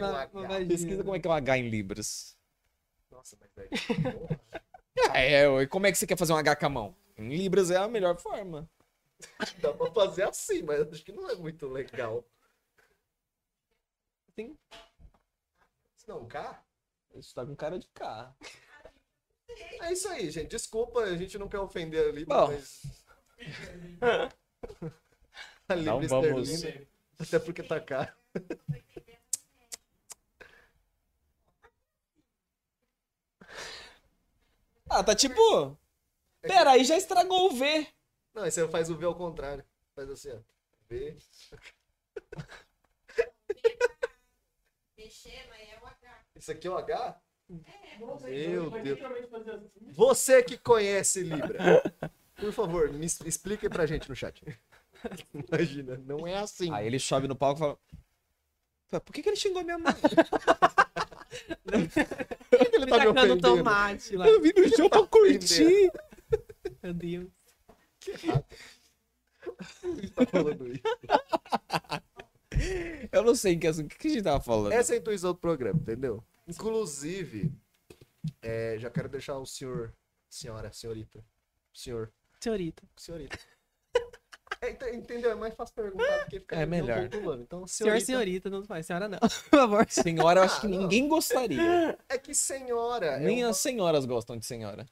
B: faz o
C: uma,
B: H?
C: uma vagina.
A: Pesquisa como é que é o H em libras.
B: Nossa, mas é, velho.
A: Ah, é, ué, como é que você quer fazer um H com a mão? Em libras é a melhor forma.
B: Dá pra fazer assim, mas acho que não é muito legal.
C: Tem...
B: Não, K?
A: Isso tá com cara de cá.
B: É isso aí, gente. Desculpa, a gente não quer ofender ali,
A: Bom.
B: mas. a
D: Não
B: Libra
D: vamos-
B: esterlina. Até porque tá caro.
A: Ah, tá tipo. Pera, aí já estragou o V.
C: tá
B: Não, aí você faz o V ao contrário. Faz assim, ó. V. Isso aqui é o H? Meu Deus. Você que conhece Libra, por favor, me es- explique pra gente no chat. Imagina, não é assim.
A: Aí ele chove no palco e fala. "Pô, Por que, que ele xingou minha mãe?
B: Por que ele
C: Me
B: tá me
C: tacando
B: ofendendo?
C: tomate lá.
A: vim no show pra
B: curtir."
C: Meu Deus.
B: Ele tá falando isso.
A: Eu não sei em que assunto. O que que a gente tava falando?
B: Essa é a intuição do programa, entendeu? Inclusive, é, já quero deixar o senhor, senhora, senhorita, senhor,
C: Senhorita.
B: senhorita. É, ent- entendeu? É mais fácil perguntar do que ficar
A: É melhor.
B: pulando. Então,
C: Senhor,
B: senhorita,
C: senhorita, não faz. Senhora não. Por favor.
A: Senhora, eu acho que
B: Ah, não.
A: ninguém gostaria.
B: É que senhora.
A: Nem
B: é uma,
A: as senhoras gostam de senhora.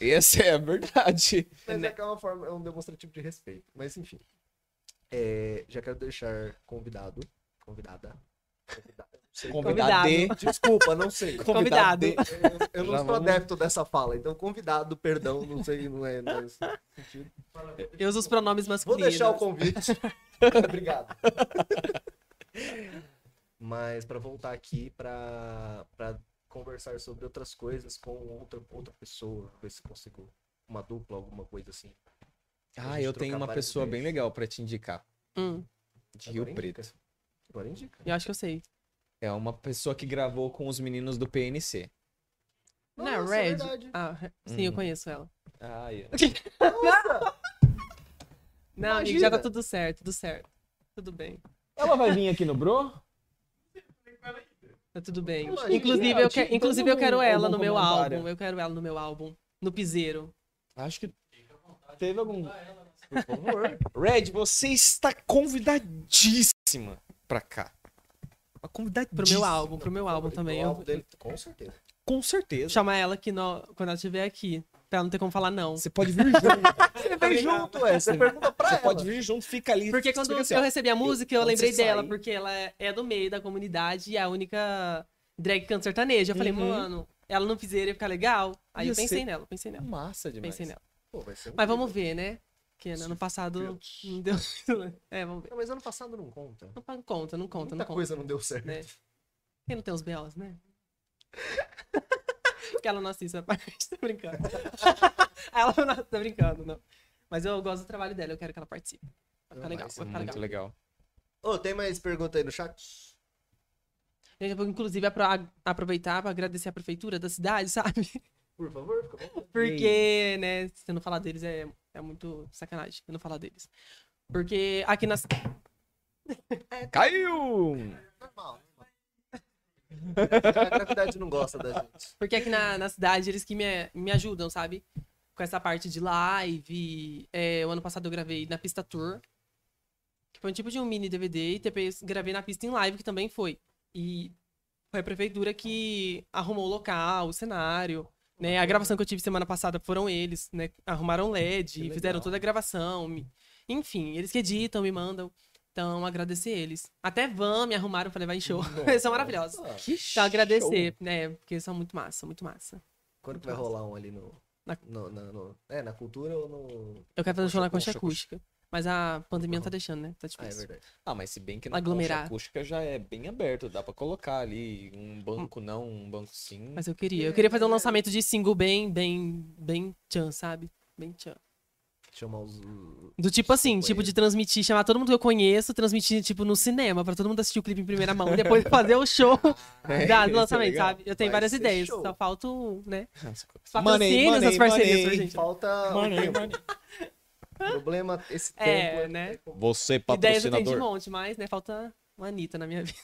A: Essa é a verdade.
B: mas é que é uma forma, é um demonstrativo de respeito. Mas enfim. É, já quero deixar convidado, convidada.
A: Convidado.
B: Desculpa, não sei.
C: Convidado.
B: Eu não
A: Já
B: sou
A: vamos-
B: adepto dessa fala, então convidado, perdão, não sei, não é. Não é
A: É,
C: Eu uso os pronomes
B: Vou
C: masculinos.
B: deixar o convite. Obrigado. Mas para voltar aqui para conversar sobre outras coisas com outra, outra pessoa, ver se consigo uma dupla, alguma coisa assim. A
A: Ah,
B: gente
A: eu tenho
B: trocar
A: uma
B: várias
A: pessoa bem
B: ideias.
A: legal pra te indicar.
C: Hum,
A: De Rio
B: Agora indica.
A: Preto.
B: Agora indica.
C: eu acho que eu sei.
A: É uma pessoa que gravou com os meninos do PNC.
C: Não,
B: Nossa, é
C: Red.
B: verdade.
C: Ah, sim, eu
A: Hum.
C: conheço ela.
A: Ah, é.
C: Não, amigo,
B: Imagina.
C: já tá tudo certo, tudo certo. Tudo bem.
A: Ela vai vir aqui no Bro?
C: Tá tudo bem.
B: Imagina.
C: Inclusive, eu,
A: Tinha
C: que- inclusive, eu
A: todo
C: quero
A: um-
C: ela
A: algum
C: no meu
A: comentário.
C: álbum. Eu quero ela no meu álbum. No piseiro.
A: Acho que teve algum.
B: Por favor.
A: Red, você está convidadíssima pra cá. Uma convidadíssima.
C: Pro meu álbum, pro meu álbum também.
B: Então, O álbum
C: Eu,
B: dele, com certeza.
A: Com certeza.
C: chamar ela aqui no- quando ela estiver aqui. Pra ela não ter como falar não.
A: Você pode vir junto.
B: Você vem junto, é. Você pergunta pra
A: você
B: ela.
A: pode vir junto, fica ali.
C: Porque quando
A: fica assim,
C: eu
A: ó.
C: recebi a música, eu
A: quando
C: lembrei
A: você
C: dela,
A: sair-
C: porque ela é do meio da comunidade e é a única drag canto sertaneja. Eu falei,
A: Uhum.
C: mano, ela não fizer ia ficar legal. Aí
A: Ia
C: eu pensei
A: ser.
C: nela, pensei nela,
A: "É Massa demais.
C: pensei nela.
B: Pô, vai ser um
C: Mas vamos
B: livro.
C: ver, né? Porque ano passado não deu. É, vamos ver.
B: Não, mas ano passado não conta.
C: Não conta, não conta,
B: Muita
C: não conta.
B: coisa não deu certo.
C: né? Quem não tem os belos, né? Porque ela não assiste essa parte, tô brincando. Aí ela não tá brincando, não. Mas eu gosto do trabalho dela, eu quero que ela participe. Vai ficar
B: Não,
C: Tá legal,
B: vai ser
C: vai ficar legal.
A: Muito legal.
B: Ô, tem mais pergunta aí no chat?
C: Gente, eu vou, inclusive, apro- a- aproveitar para agradecer a prefeitura da cidade, sabe?
B: Por favor, fica bom.
C: Porque, né, se eu não falar deles é, é muito sacanagem eu não falar deles. Porque aqui na.
A: Caiu!
B: Normal. A gravidade não gosta da gente.
C: Porque aqui na, na cidade eles que me, me ajudam, sabe? Com essa parte de live. É, o ano passado eu gravei na pista tour. Que foi um tipo de um mini DVD. E depois gravei na pista em live, que também foi. E foi a prefeitura que arrumou o local, o cenário. Né? A gravação que eu tive semana passada foram eles, né? Arrumaram
A: Que
C: LED,
A: legal.
C: fizeram toda a gravação. me- Enfim, eles que editam, me mandam. Então, agradecer eles. Até van me arrumaram pra levar em show. eles são maravilhosos.
A: Que
C: Então, agradecer, né? Porque eles são muito massa, muito massa.
B: Quando que vai rolar um ali no.
C: Na-
B: no- na- no- é, na cultura ou no.
C: Eu quero fazer um show na
A: Concha
C: concha
A: acústica.
C: acústica. Mas a pandemia não tá
B: Uhum.
C: deixando, né? Tá
B: Ah, é
C: difícil.
B: verdade.
A: Ah, mas se bem que na
C: Aglomerar.
A: concha acústica já é bem aberto, dá pra colocar ali um banco não, um banco sim.
C: mas eu queria. Eu queria fazer um lançamento de single bem, bem, bem tchan, sabe? Bem tchan.
B: Chamar os.
C: Do tipo assim,
B: Conheço.
C: tipo de transmitir, chamar todo mundo que eu conheço, transmitir, tipo, no cinema, pra todo mundo assistir o clipe em primeira mão, e depois fazer o show da, do
A: isso é
C: lançamento,
A: legal.
C: sabe? Eu tenho
B: Vai
C: várias
B: ser
C: ideias,
B: show.
C: só falta, o, né?
A: Money,
C: Patrocínios
A: money,
C: nas parcerias pra
A: money.
C: gente.
B: Falta. o tempo. Problema, esse
C: É,
B: tempo.
C: né?
A: Você,
C: Ideias eu tenho de
A: patrocinador.
C: monte, mas, né, falta uma Anitta na minha vida.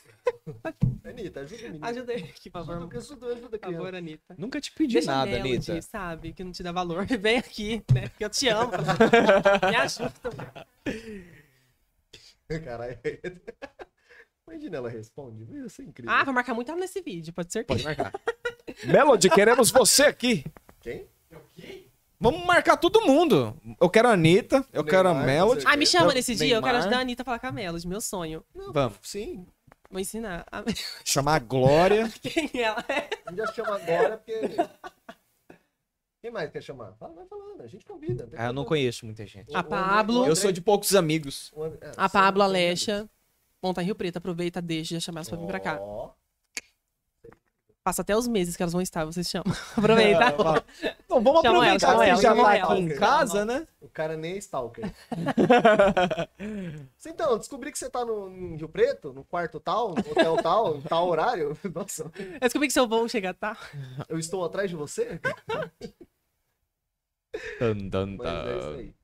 B: Anitta, ajuda o menino.
C: Ajuda aí, aqui, por favor.
B: Ajuda, ajuda, ajuda a
C: Por favor,
B: criança.
C: Anitta.
A: Nunca te pedi
C: Deixa
A: nada,
C: nela,
A: Anitta.
C: Gi, sabe? Que não te dá valor. Vem aqui, né? Que eu te amo. Me ajuda.
B: Caralho. Imagina ela responde. Ia ser incrível.
C: Ah, vai marcar muito ela nesse vídeo, pode ser.
A: Pode marcar.
F: Melody, queremos você aqui.
B: Quem?
A: Vamos marcar todo mundo. Eu quero a Anitta, eu
B: Neymar,
A: quero a
B: com
A: Melody.
B: certeza.
C: Ah, me chama
A: Não,
C: nesse dia, eu
A: Neymar.
C: quero ajudar a Anitta a falar com a Melody, meu sonho. Não,
A: Vamos.
B: Sim.
C: vou ensinar a...
A: Chamar a Glória.
C: quem ela é.
B: A gente já chama agora porque. Quem mais quer chamar? Fala, vai falando, a gente convida. não tem
A: Ah, eu não
B: problema.
A: conheço muita gente.
C: A
B: O- o André-
C: Pablo.
B: o André-
A: Eu sou de poucos amigos.
B: o André- é, são
C: A Pablo, a
B: amigos.
C: Alexa. Bom, tá em Rio Preto, aproveita, deixa, já chamar elas pra vir pra cá.
B: Ó.
C: Passa até os meses que elas vão estar, vocês chamam. Aproveita.
A: Bom, Então, vamos
C: Chama ela,
A: aproveitar
B: chama
A: que
B: ela,
A: você já
B: chama
A: tá
B: ela.
A: aqui em casa, né?
B: O cara nem é stalker. Você, então, eu descobri que você tá no, em Rio Preto, no quarto tal, no hotel tal, em tal horário. Nossa,
C: Eu descobri que seu voo chega, tá?
B: eu estou atrás de você?
A: Tan, tan,
B: Mas é
A: Tá.
B: isso aí.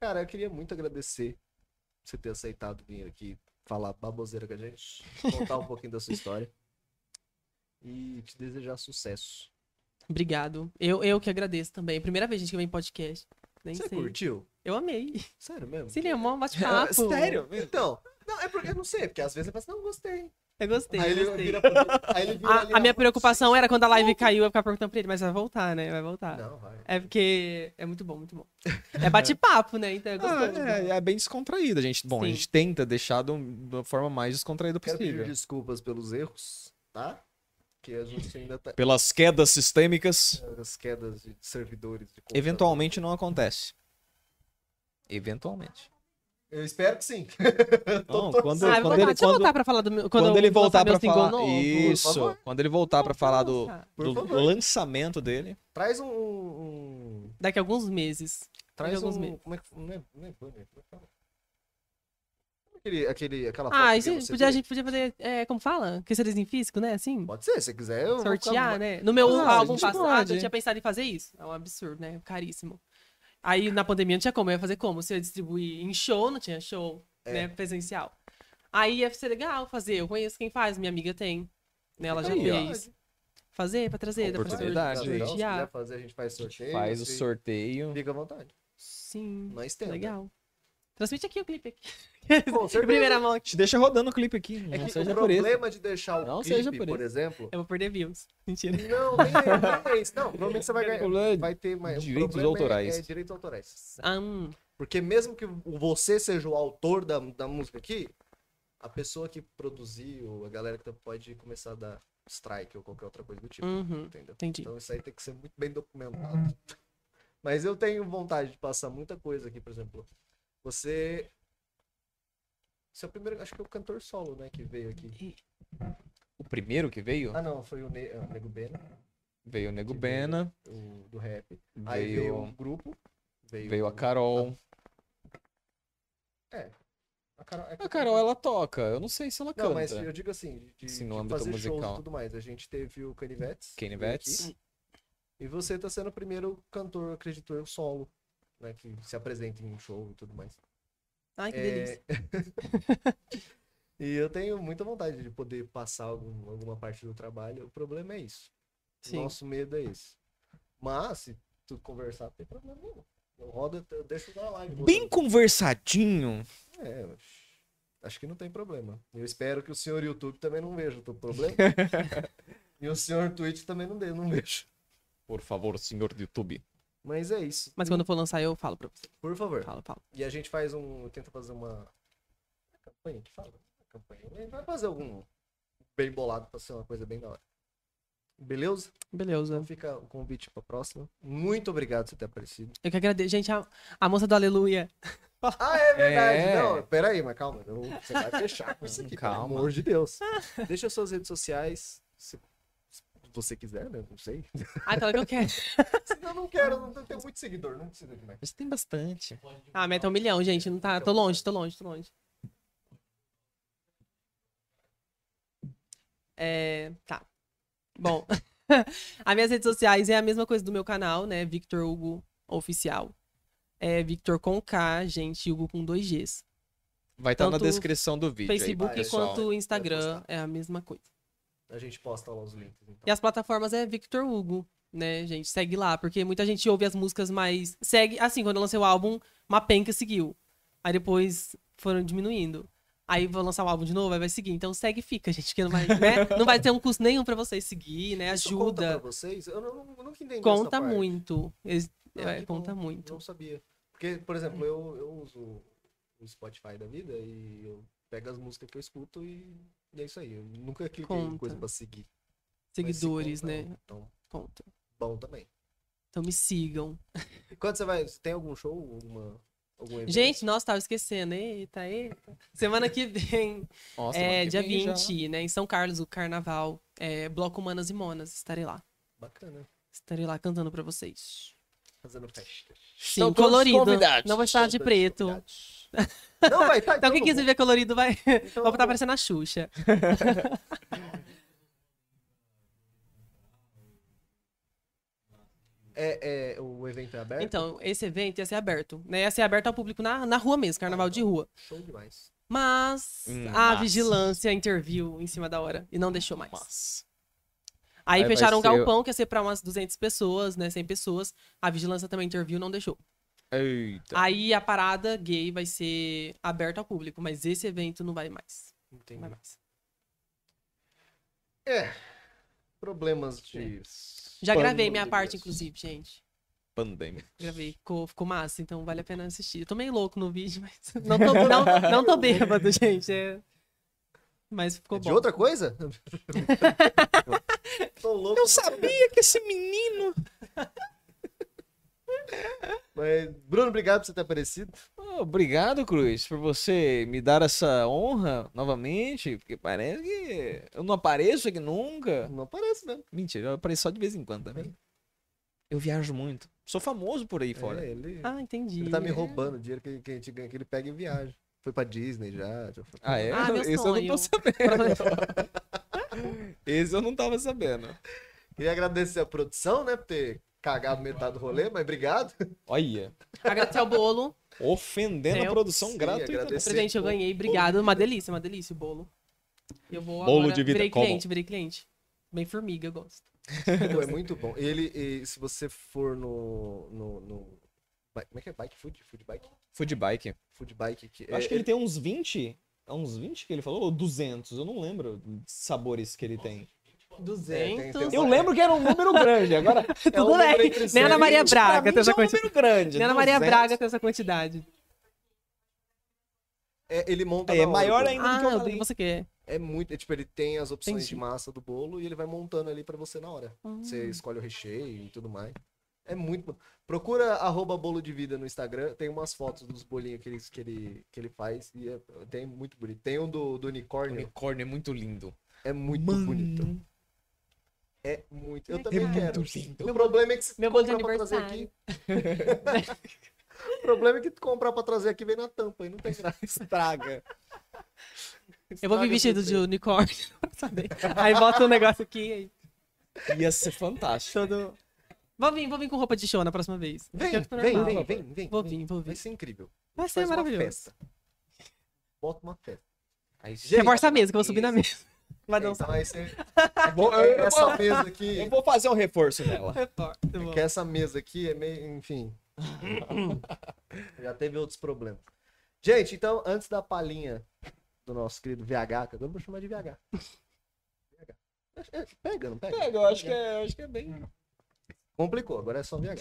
B: Cara, eu queria muito agradecer você ter aceitado vir aqui falar baboseira com a gente, contar um pouquinho da sua história e te desejar sucesso.
C: Obrigado. Eu, eu que agradeço também. Primeira vez, gente, que eu venho em podcast. Nem
B: Você
C: sei.
B: curtiu?
C: Eu amei.
B: Sério mesmo?
C: Se lembrou, um bate-papo.
A: Sério?
B: Então, não, é porque eu não sei, porque às vezes eu penso, não, gostei.
C: Eu gostei,
B: aí, ele
C: gostei.
B: vira, pra- aí ele vira ali,
A: é
C: A, a
B: ó,
A: um
C: minha preocupação era quando a live caiu, eu ficar perguntando pra ele, mas vai voltar, né? Vai voltar.
B: Não, vai.
C: É porque é muito bom, muito bom. É bate-papo, né? Então é gostoso.
A: Ah, é, é bem descontraída, gente. Bom, a
C: Sim.
A: gente tenta deixar de um- da forma mais descontraída
B: Quero pedir
A: possível.
B: desculpas pelos erros, tá? Que a gente ainda tá.
A: Pelas quedas sistêmicas,
B: As quedas de servidores. de computador.
A: eventualmente não acontece. Eventualmente.
B: Eu espero que sim.
A: Não, quando,
C: Ah,
A: quando ele,
C: eu vou voltar. Deixa eu
A: quando,
C: voltar pra falar do meu. Quando,
A: quando
C: eu
A: ele
C: lançar
A: voltar
C: meu
A: pra
C: single
A: falar.
C: novo.
A: Isso.
B: favor.
A: Quando ele voltar pra falar do,
C: Nossa.
B: Por
A: do
B: favor.
A: lançamento dele.
B: Traz um. um-
C: Daqui a alguns meses. Daqui a
B: Traz
C: alguns
B: um.
C: meses.
B: Como é que. Não é, não é banner, como é que fala? Aquele, aquele, aquela
C: Ah,
B: que
C: isso,
B: tem no CD.
C: podia, a gente podia fazer. é, como fala? Questiones em físico, né? Assim?
B: Pode ser, se quiser. Eu vou
C: Sortear,
B: ficar-
C: né? No meu
A: Ah, a
C: álbum
A: gente
C: passado,
A: pode.
C: eu tinha pensado em fazer isso. É um absurdo, né? Caríssimo. Aí na pandemia não tinha como. Eu ia fazer como? Se eu ia distribuir em show, não tinha show,
A: É.
C: né? Presencial. Aí ia ser legal fazer. Eu conheço quem faz, minha amiga tem. Né? Ela já
A: Aí, ó.
C: fez. Fazer pra trazer, depois
A: Oportunidade.
B: Tá legal, Se
C: sortear.
B: quiser fazer, a gente faz sorteio.
A: Faz o
B: se-
A: sorteio.
B: Fica à vontade.
C: Sim.
B: Nós temos.
C: Legal. Transmite aqui o clipe aqui.
B: Com
C: Em
B: certeza.
C: primeira mão aqui.
A: Te deixa rodando o clipe aqui.
B: É
A: Não
B: que
A: seja
B: o
A: por isso.
B: problema de deixar o
A: Não
B: clipe,
A: seja por
B: por, exemplo.
C: Eu vou perder views. Mentira.
B: Não, nem, é- nem é isso. Não, provavelmente você vai ganhar. Vai ter mais. o
A: Direitos
B: problema é-
A: autorais.
B: É, direitos autorais.
C: Ah, hum.
B: Porque mesmo que você seja o autor da, da música aqui, a pessoa que produziu, a galera que tá- pode começar a dar strike ou qualquer outra coisa do tipo.
C: Uhum.
B: Entendeu?
C: Entendi.
B: Então isso aí tem que ser muito bem documentado. Mas eu tenho vontade de passar muita coisa aqui, por exemplo. Você. Seu primeiro. Acho que é o cantor solo, né? Que veio aqui.
A: O primeiro que veio,
B: Ah, não, foi o, ne ah, o Nego Bena,
A: veio o Nego
B: que
A: Bena,
B: o, do rap. Aí veio um- o
A: veio,
B: grupo. Veio, um
A: veio a Carol.
B: A Carol, é que-
A: A Carol, ela toca. Eu não sei se ela
B: Não, mas
A: canta.
B: eu digo assim, de,
A: Assim,
B: de
A: no âmbito
B: fazer shows
A: musical.
B: e tudo mais. A gente teve o Canivetes.
A: Kenny
B: veio
A: Betts.
B: aqui, E você tá sendo o primeiro cantor, acredito eu, solo, né? Que se apresenta em um show e tudo mais.
C: Ai, que
B: É,
C: delícia.
B: E eu tenho muita vontade de poder passar algum- alguma parte do trabalho. O problema é isso.
C: Sim.
B: Nosso medo é isso. Mas, se tu conversar, não tem problema nenhum. Eu rodo, eu deixo na live.
A: Bem conversadinho.
B: É, acho que não tem problema. Eu espero que o senhor YouTube também não veja o teu problema. e o senhor Twitch também não, dê, não veja.
A: Por favor, senhor do YouTube.
B: Mas é isso.
A: hum.
C: Mas quando eu for lançar, eu falo pra você.
B: Por favor.
C: Falo, falo.
B: E a gente faz um. Tenta fazer uma. é Campanha que fala? É Campanha. A gente vai fazer algum bem bolado pra ser uma coisa bem da hora. Beleza?
C: Beleza.
B: Então fica o convite pra próxima. Muito obrigado por você ter aparecido.
C: Eu que agradeço. Gente, a, a moça do Aleluia.
B: Ah, é verdade.
A: É.
B: Não, peraí, mas calma. eu- você vai fechar com isso aqui,
A: Calma.
B: pelo amor de Deus. Deixa suas redes sociais, se, se você quiser, né? Não sei.
C: Ah, então é que eu quero.
B: Eu não quero, não tenho muito seguidor, não precisa de mais.
A: Mas tem bastante.
C: Ah, a meta é um milhão, gente. Não tá. Tô longe, tô longe, tô longe. É. Tá. Bom. As minhas redes sociais é a mesma coisa do meu canal, né? Victor Hugo Oficial. É Victor com K, gente, Hugo com dois Gs.
A: Vai estar na
C: Tanto
A: descrição do vídeo. aí,
C: Facebook
A: pessoal.
C: quanto Instagram é a mesma coisa.
B: A gente posta lá os links. Então.
C: E as plataformas é Victor Hugo, né, gente? Segue lá, porque muita gente ouve as músicas, mas segue. Assim, quando eu lancei o álbum, uma penca seguiu. Aí depois foram diminuindo. Aí vou lançar o álbum de novo, aí vai seguir. Então segue e fica, gente, que não vai, né? Não vai ter um custo nenhum pra vocês seguir, né?
B: Isso Conta pra
C: Ajuda.
B: vocês? Eu, não, não- nunca entendi essa
C: Conta
B: parte.
C: muito. Eles-
B: Ah,
C: é,
B: que
C: conta
B: bom,
C: muito.
B: Não sabia. Porque, por exemplo, eu, eu uso o Spotify da vida e eu pego as músicas que eu escuto e, e é isso aí. Eu nunca cliquei em
C: Conta.
B: coisa pra seguir. Mas se
C: Seguidores,
B: contar,
C: né?
B: Então,
C: Conta.
B: bom também.
C: Então me sigam.
B: E quando você vai, você tem algum show, alguma, algum evento?
C: Gente, nossa, tava esquecendo. Eita, eita. Semana que vem,
A: Nossa,
C: é,
A: mano, que
C: dia
A: vem já.
C: 20, né? Em São Carlos, o carnaval. É, Bloco Humanas e Monas. Estarei lá.
B: bacana.
C: Estarei lá cantando pra vocês.
B: Fazendo festa. tipo,
C: Sim,
F: Estão todos
C: colorido.
F: convidados.
C: Não vou estar de preto.
B: Não, vai, tá.
C: Então quem
B: não
C: quiser
B: vou.
C: ver colorido vai.
B: Então
C: Vou
B: eu
C: estar
B: vou.
C: parecendo a Xuxa.
B: É, é, o evento é aberto?
C: Então, esse evento ia ser aberto. Né? Ia ser aberto ao público na, na rua mesmo, carnaval de rua.
B: Show demais.
C: Mas
A: Hum,
C: a
A: mas.
C: vigilância interviu em cima da hora e não deixou mais.
A: Mas...
C: Aí,
F: Aí vai
C: fecharam o
F: ser-
C: galpão, que ia ser pra umas 200 pessoas, né? 100 pessoas. A vigilância também interviu, não deixou.
A: Eita.
C: Aí a parada gay vai ser aberta ao público, mas esse evento não vai mais. Não
B: Entendi. É,
C: vai mais.
B: Problemas de.
C: Já gravei minha
B: pandemias.
C: parte, inclusive, gente.
A: Pandemia.
C: Gravei, ficou, ficou massa, então vale a pena assistir. Eu tô meio louco no vídeo, mas não tô, não, não tô bêbado, gente. é. Mas ficou
B: É de
C: bom.
B: outra coisa? Tô louco.
A: Eu sabia que esse menino.
B: Mas, Bruno, obrigado por você ter aparecido.
A: Ô, obrigado, Cruz, por você me dar essa honra novamente. Porque parece que eu não apareço aqui nunca.
B: Não aparece né? mesmo.
A: Mentira, eu apareço só de vez em quando também. Eu viajo muito. Sou famoso por aí fora.
B: É, ele,
C: Ah, entendi.
B: ele tá me roubando o dinheiro que, que a gente ganha, que ele pega em viagem. Foi pra Disney já. já foi pra-
A: Ah, é?
C: Ah, meu
A: Esse eu não tô
C: sonho.
A: sabendo. Esse eu não tava sabendo.
B: Queria agradecer a produção, né, por ter cagado metade do rolê, mas obrigado.
A: Olha,
C: Agradecer ao bolo.
A: ofendendo a
C: Eu
A: produção
B: sim,
A: gratuita.
B: agradeço. Esse
C: Presente eu
B: bolo-
C: ganhei, obrigado. Uma delícia, uma delícia o bolo. Eu vou
A: Bolo
C: agora...
A: de vida,
C: Virei
A: como?
C: cliente, virei cliente. Bem formiga, eu gosto.
B: Pô, é muito bom. Ele, e se você for no, no, no- bi- Como é que é? Bike food? Food bike?
A: Food bike.
B: Food bike. Que é,
A: Eu acho que ele tem uns 20. é Uns 20 que ele falou? Ou 200? Eu não lembro de sabores que ele tem.
C: 200.
B: É, tem- tem-
A: Eu lembro que era um número grande. Agora.
B: é um
C: Tudo
B: número
C: bem.
B: entre
C: é. Nem Ana
B: cem.
A: Pra
C: Maria Braga
A: mim
C: tem
A: já
C: essa
A: é um
C: quantidade.
A: número grande.
C: Nem Ana Maria
A: 200.
C: Braga tem essa quantidade.
B: É, ele monta.
A: É,
B: na
A: é maior
B: hora, pô.
A: ainda. do
C: Ah,
A: que eu
C: o
A: falei.
C: que você quer.
B: É muito. É, tipo, ele tem as opções
C: Entendi.
B: de massa do bolo e ele vai montando ali pra você na hora.
A: Ah.
B: Você escolhe o recheio e tudo mais. É muito bom. Procura arroba bolo de vida no Instagram. Tem umas fotos dos bolinhos que ele, que ele, que ele faz. E é- tem muito bonito. Tem um do, do
A: O
B: unicórnio.
A: unicórnio é muito lindo.
B: É muito
A: Mano.
B: bonito. É muito. Eu
C: É
B: também
A: muito
B: quero.
A: lindo.
B: O problema é que se
C: Meu bolo de
B: comprar pra trazer
C: aniversário.
B: aqui. o problema é que tu comprar pra trazer aqui vem na tampa. E não tem graça.
A: Estraga.
C: Eu vou
B: Estraga
C: vir
B: o
C: vestido de
B: presente.
C: unicórnio. pra saber. Aí bota um negócio aqui. aí
A: Ia ser fantástico.
C: Todo... Vou vir, vou vir com roupa de show na próxima vez.
B: Vem,
C: Quero
B: vem, vem,
C: experimentar.
B: vem, vem.
C: Vou vir, vou
B: Vai
C: vir.
B: ser incrível.
C: Vai ser
B: Faz uma
C: maravilhoso.
B: festa. Bota uma festa.
A: Aí, gente,
C: Reforça a mesa, que eu vou subir na mesa. Vai
B: Então,
C: dançar.
B: aí você-
A: vou- eu- eu
B: essa
A: vou-
B: mesa aqui.
A: eu vou fazer um reforço nela.
C: Reforça, bom.
B: Que essa mesa aqui é meio. Enfim. Já teve outros problemas. Gente, então, antes da palhinha do nosso querido VH, que agora eu vou chamar de VH. VH. É, Pega, não pega?
A: Pega, eu acho que é, eu acho que é bem.
B: Complicou, agora é só VH.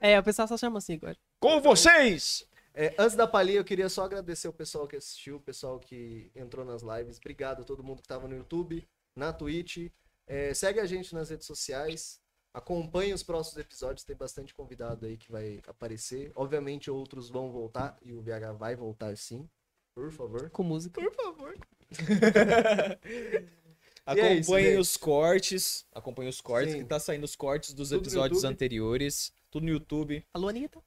C: É, o pessoal só chama assim agora.
F: Com vocês!
B: É, antes da palhinha, eu queria só agradecer o pessoal que assistiu, o pessoal que entrou nas lives. Obrigado a todo mundo que tava no YouTube, na Twitch. É, segue a gente nas redes sociais. Acompanhe os próximos episódios, tem bastante convidado aí que vai aparecer. Obviamente, outros vão voltar e o VH vai voltar sim. Por favor.
C: Com música.
B: E é isso,
A: Acompanhem
B: gente.
A: os cortes. Acompanhem os cortes,
B: Sim.
A: que tá saindo os cortes dos
B: Tudo no
A: episódios
B: YouTube.
A: anteriores. Tudo no YouTube.
C: Alô, Anitta?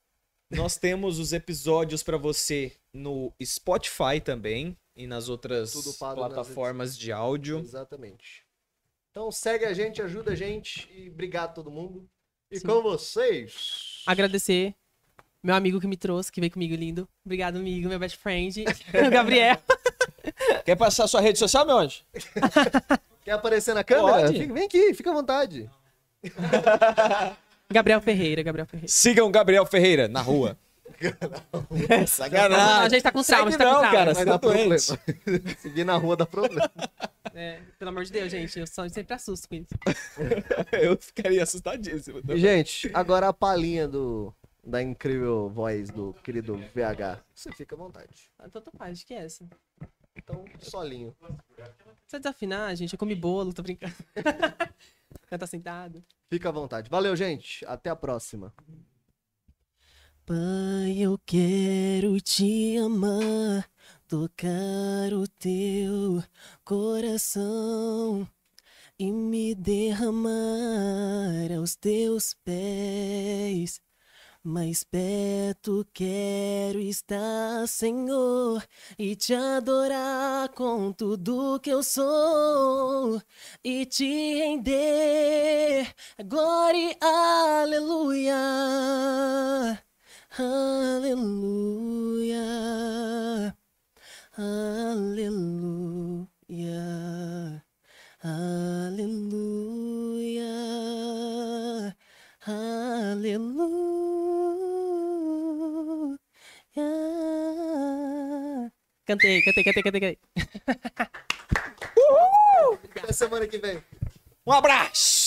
A: Nós temos os episódios pra você no Spotify também e nas outras
B: Tudo pago nas
A: plataformas de áudio.
B: Exatamente. Então segue a gente, ajuda a gente e obrigado a todo mundo. E
C: Sim.
B: com vocês.
C: Agradecer meu amigo que me trouxe, que veio comigo lindo. Obrigado, amigo, meu best friend. Gabriel.
A: Quer passar sua rede social, meu anjo?
B: Quer aparecer na câmera?
A: Pode.
B: Fica- vem aqui, fica à vontade.
C: Gabriel Ferreira, Gabriel Ferreira.
A: Sigam Gabriel Ferreira na rua.
C: a
A: Sacanagem.
C: gente tá com
A: Segue
C: trauma, a
A: não, cara.
C: gente tá com trauma.
B: Mas
A: tá
B: dá problema.
A: doente.
B: Seguir na rua dá problema.
C: É, pelo amor de Deus, gente, eu só- sempre assusto com isso.
A: Eu ficaria assustadíssimo.
B: E, gente, agora a palhinha do, da incrível voz do querido VH. Você fica à vontade.
C: Ah, Então tô paz, acho que é essa.
B: Então, solinho.
C: Se eu desafinar, gente, eu comi bolo, tô brincando. Já tá sentado.
B: Fica à vontade. Valeu, gente. Até a próxima.
C: Pai, eu quero te amar, tocar o teu coração e me derramar aos teus pés. Mais perto quero estar, Senhor, e te adorar com tudo que eu sou e te render. Glória, aleluia. Aleluia, aleluia, aleluia, aleluia. Cantei, cantei, cantei, cantei, cantei.
B: Até semana que vem.
A: Um abraço!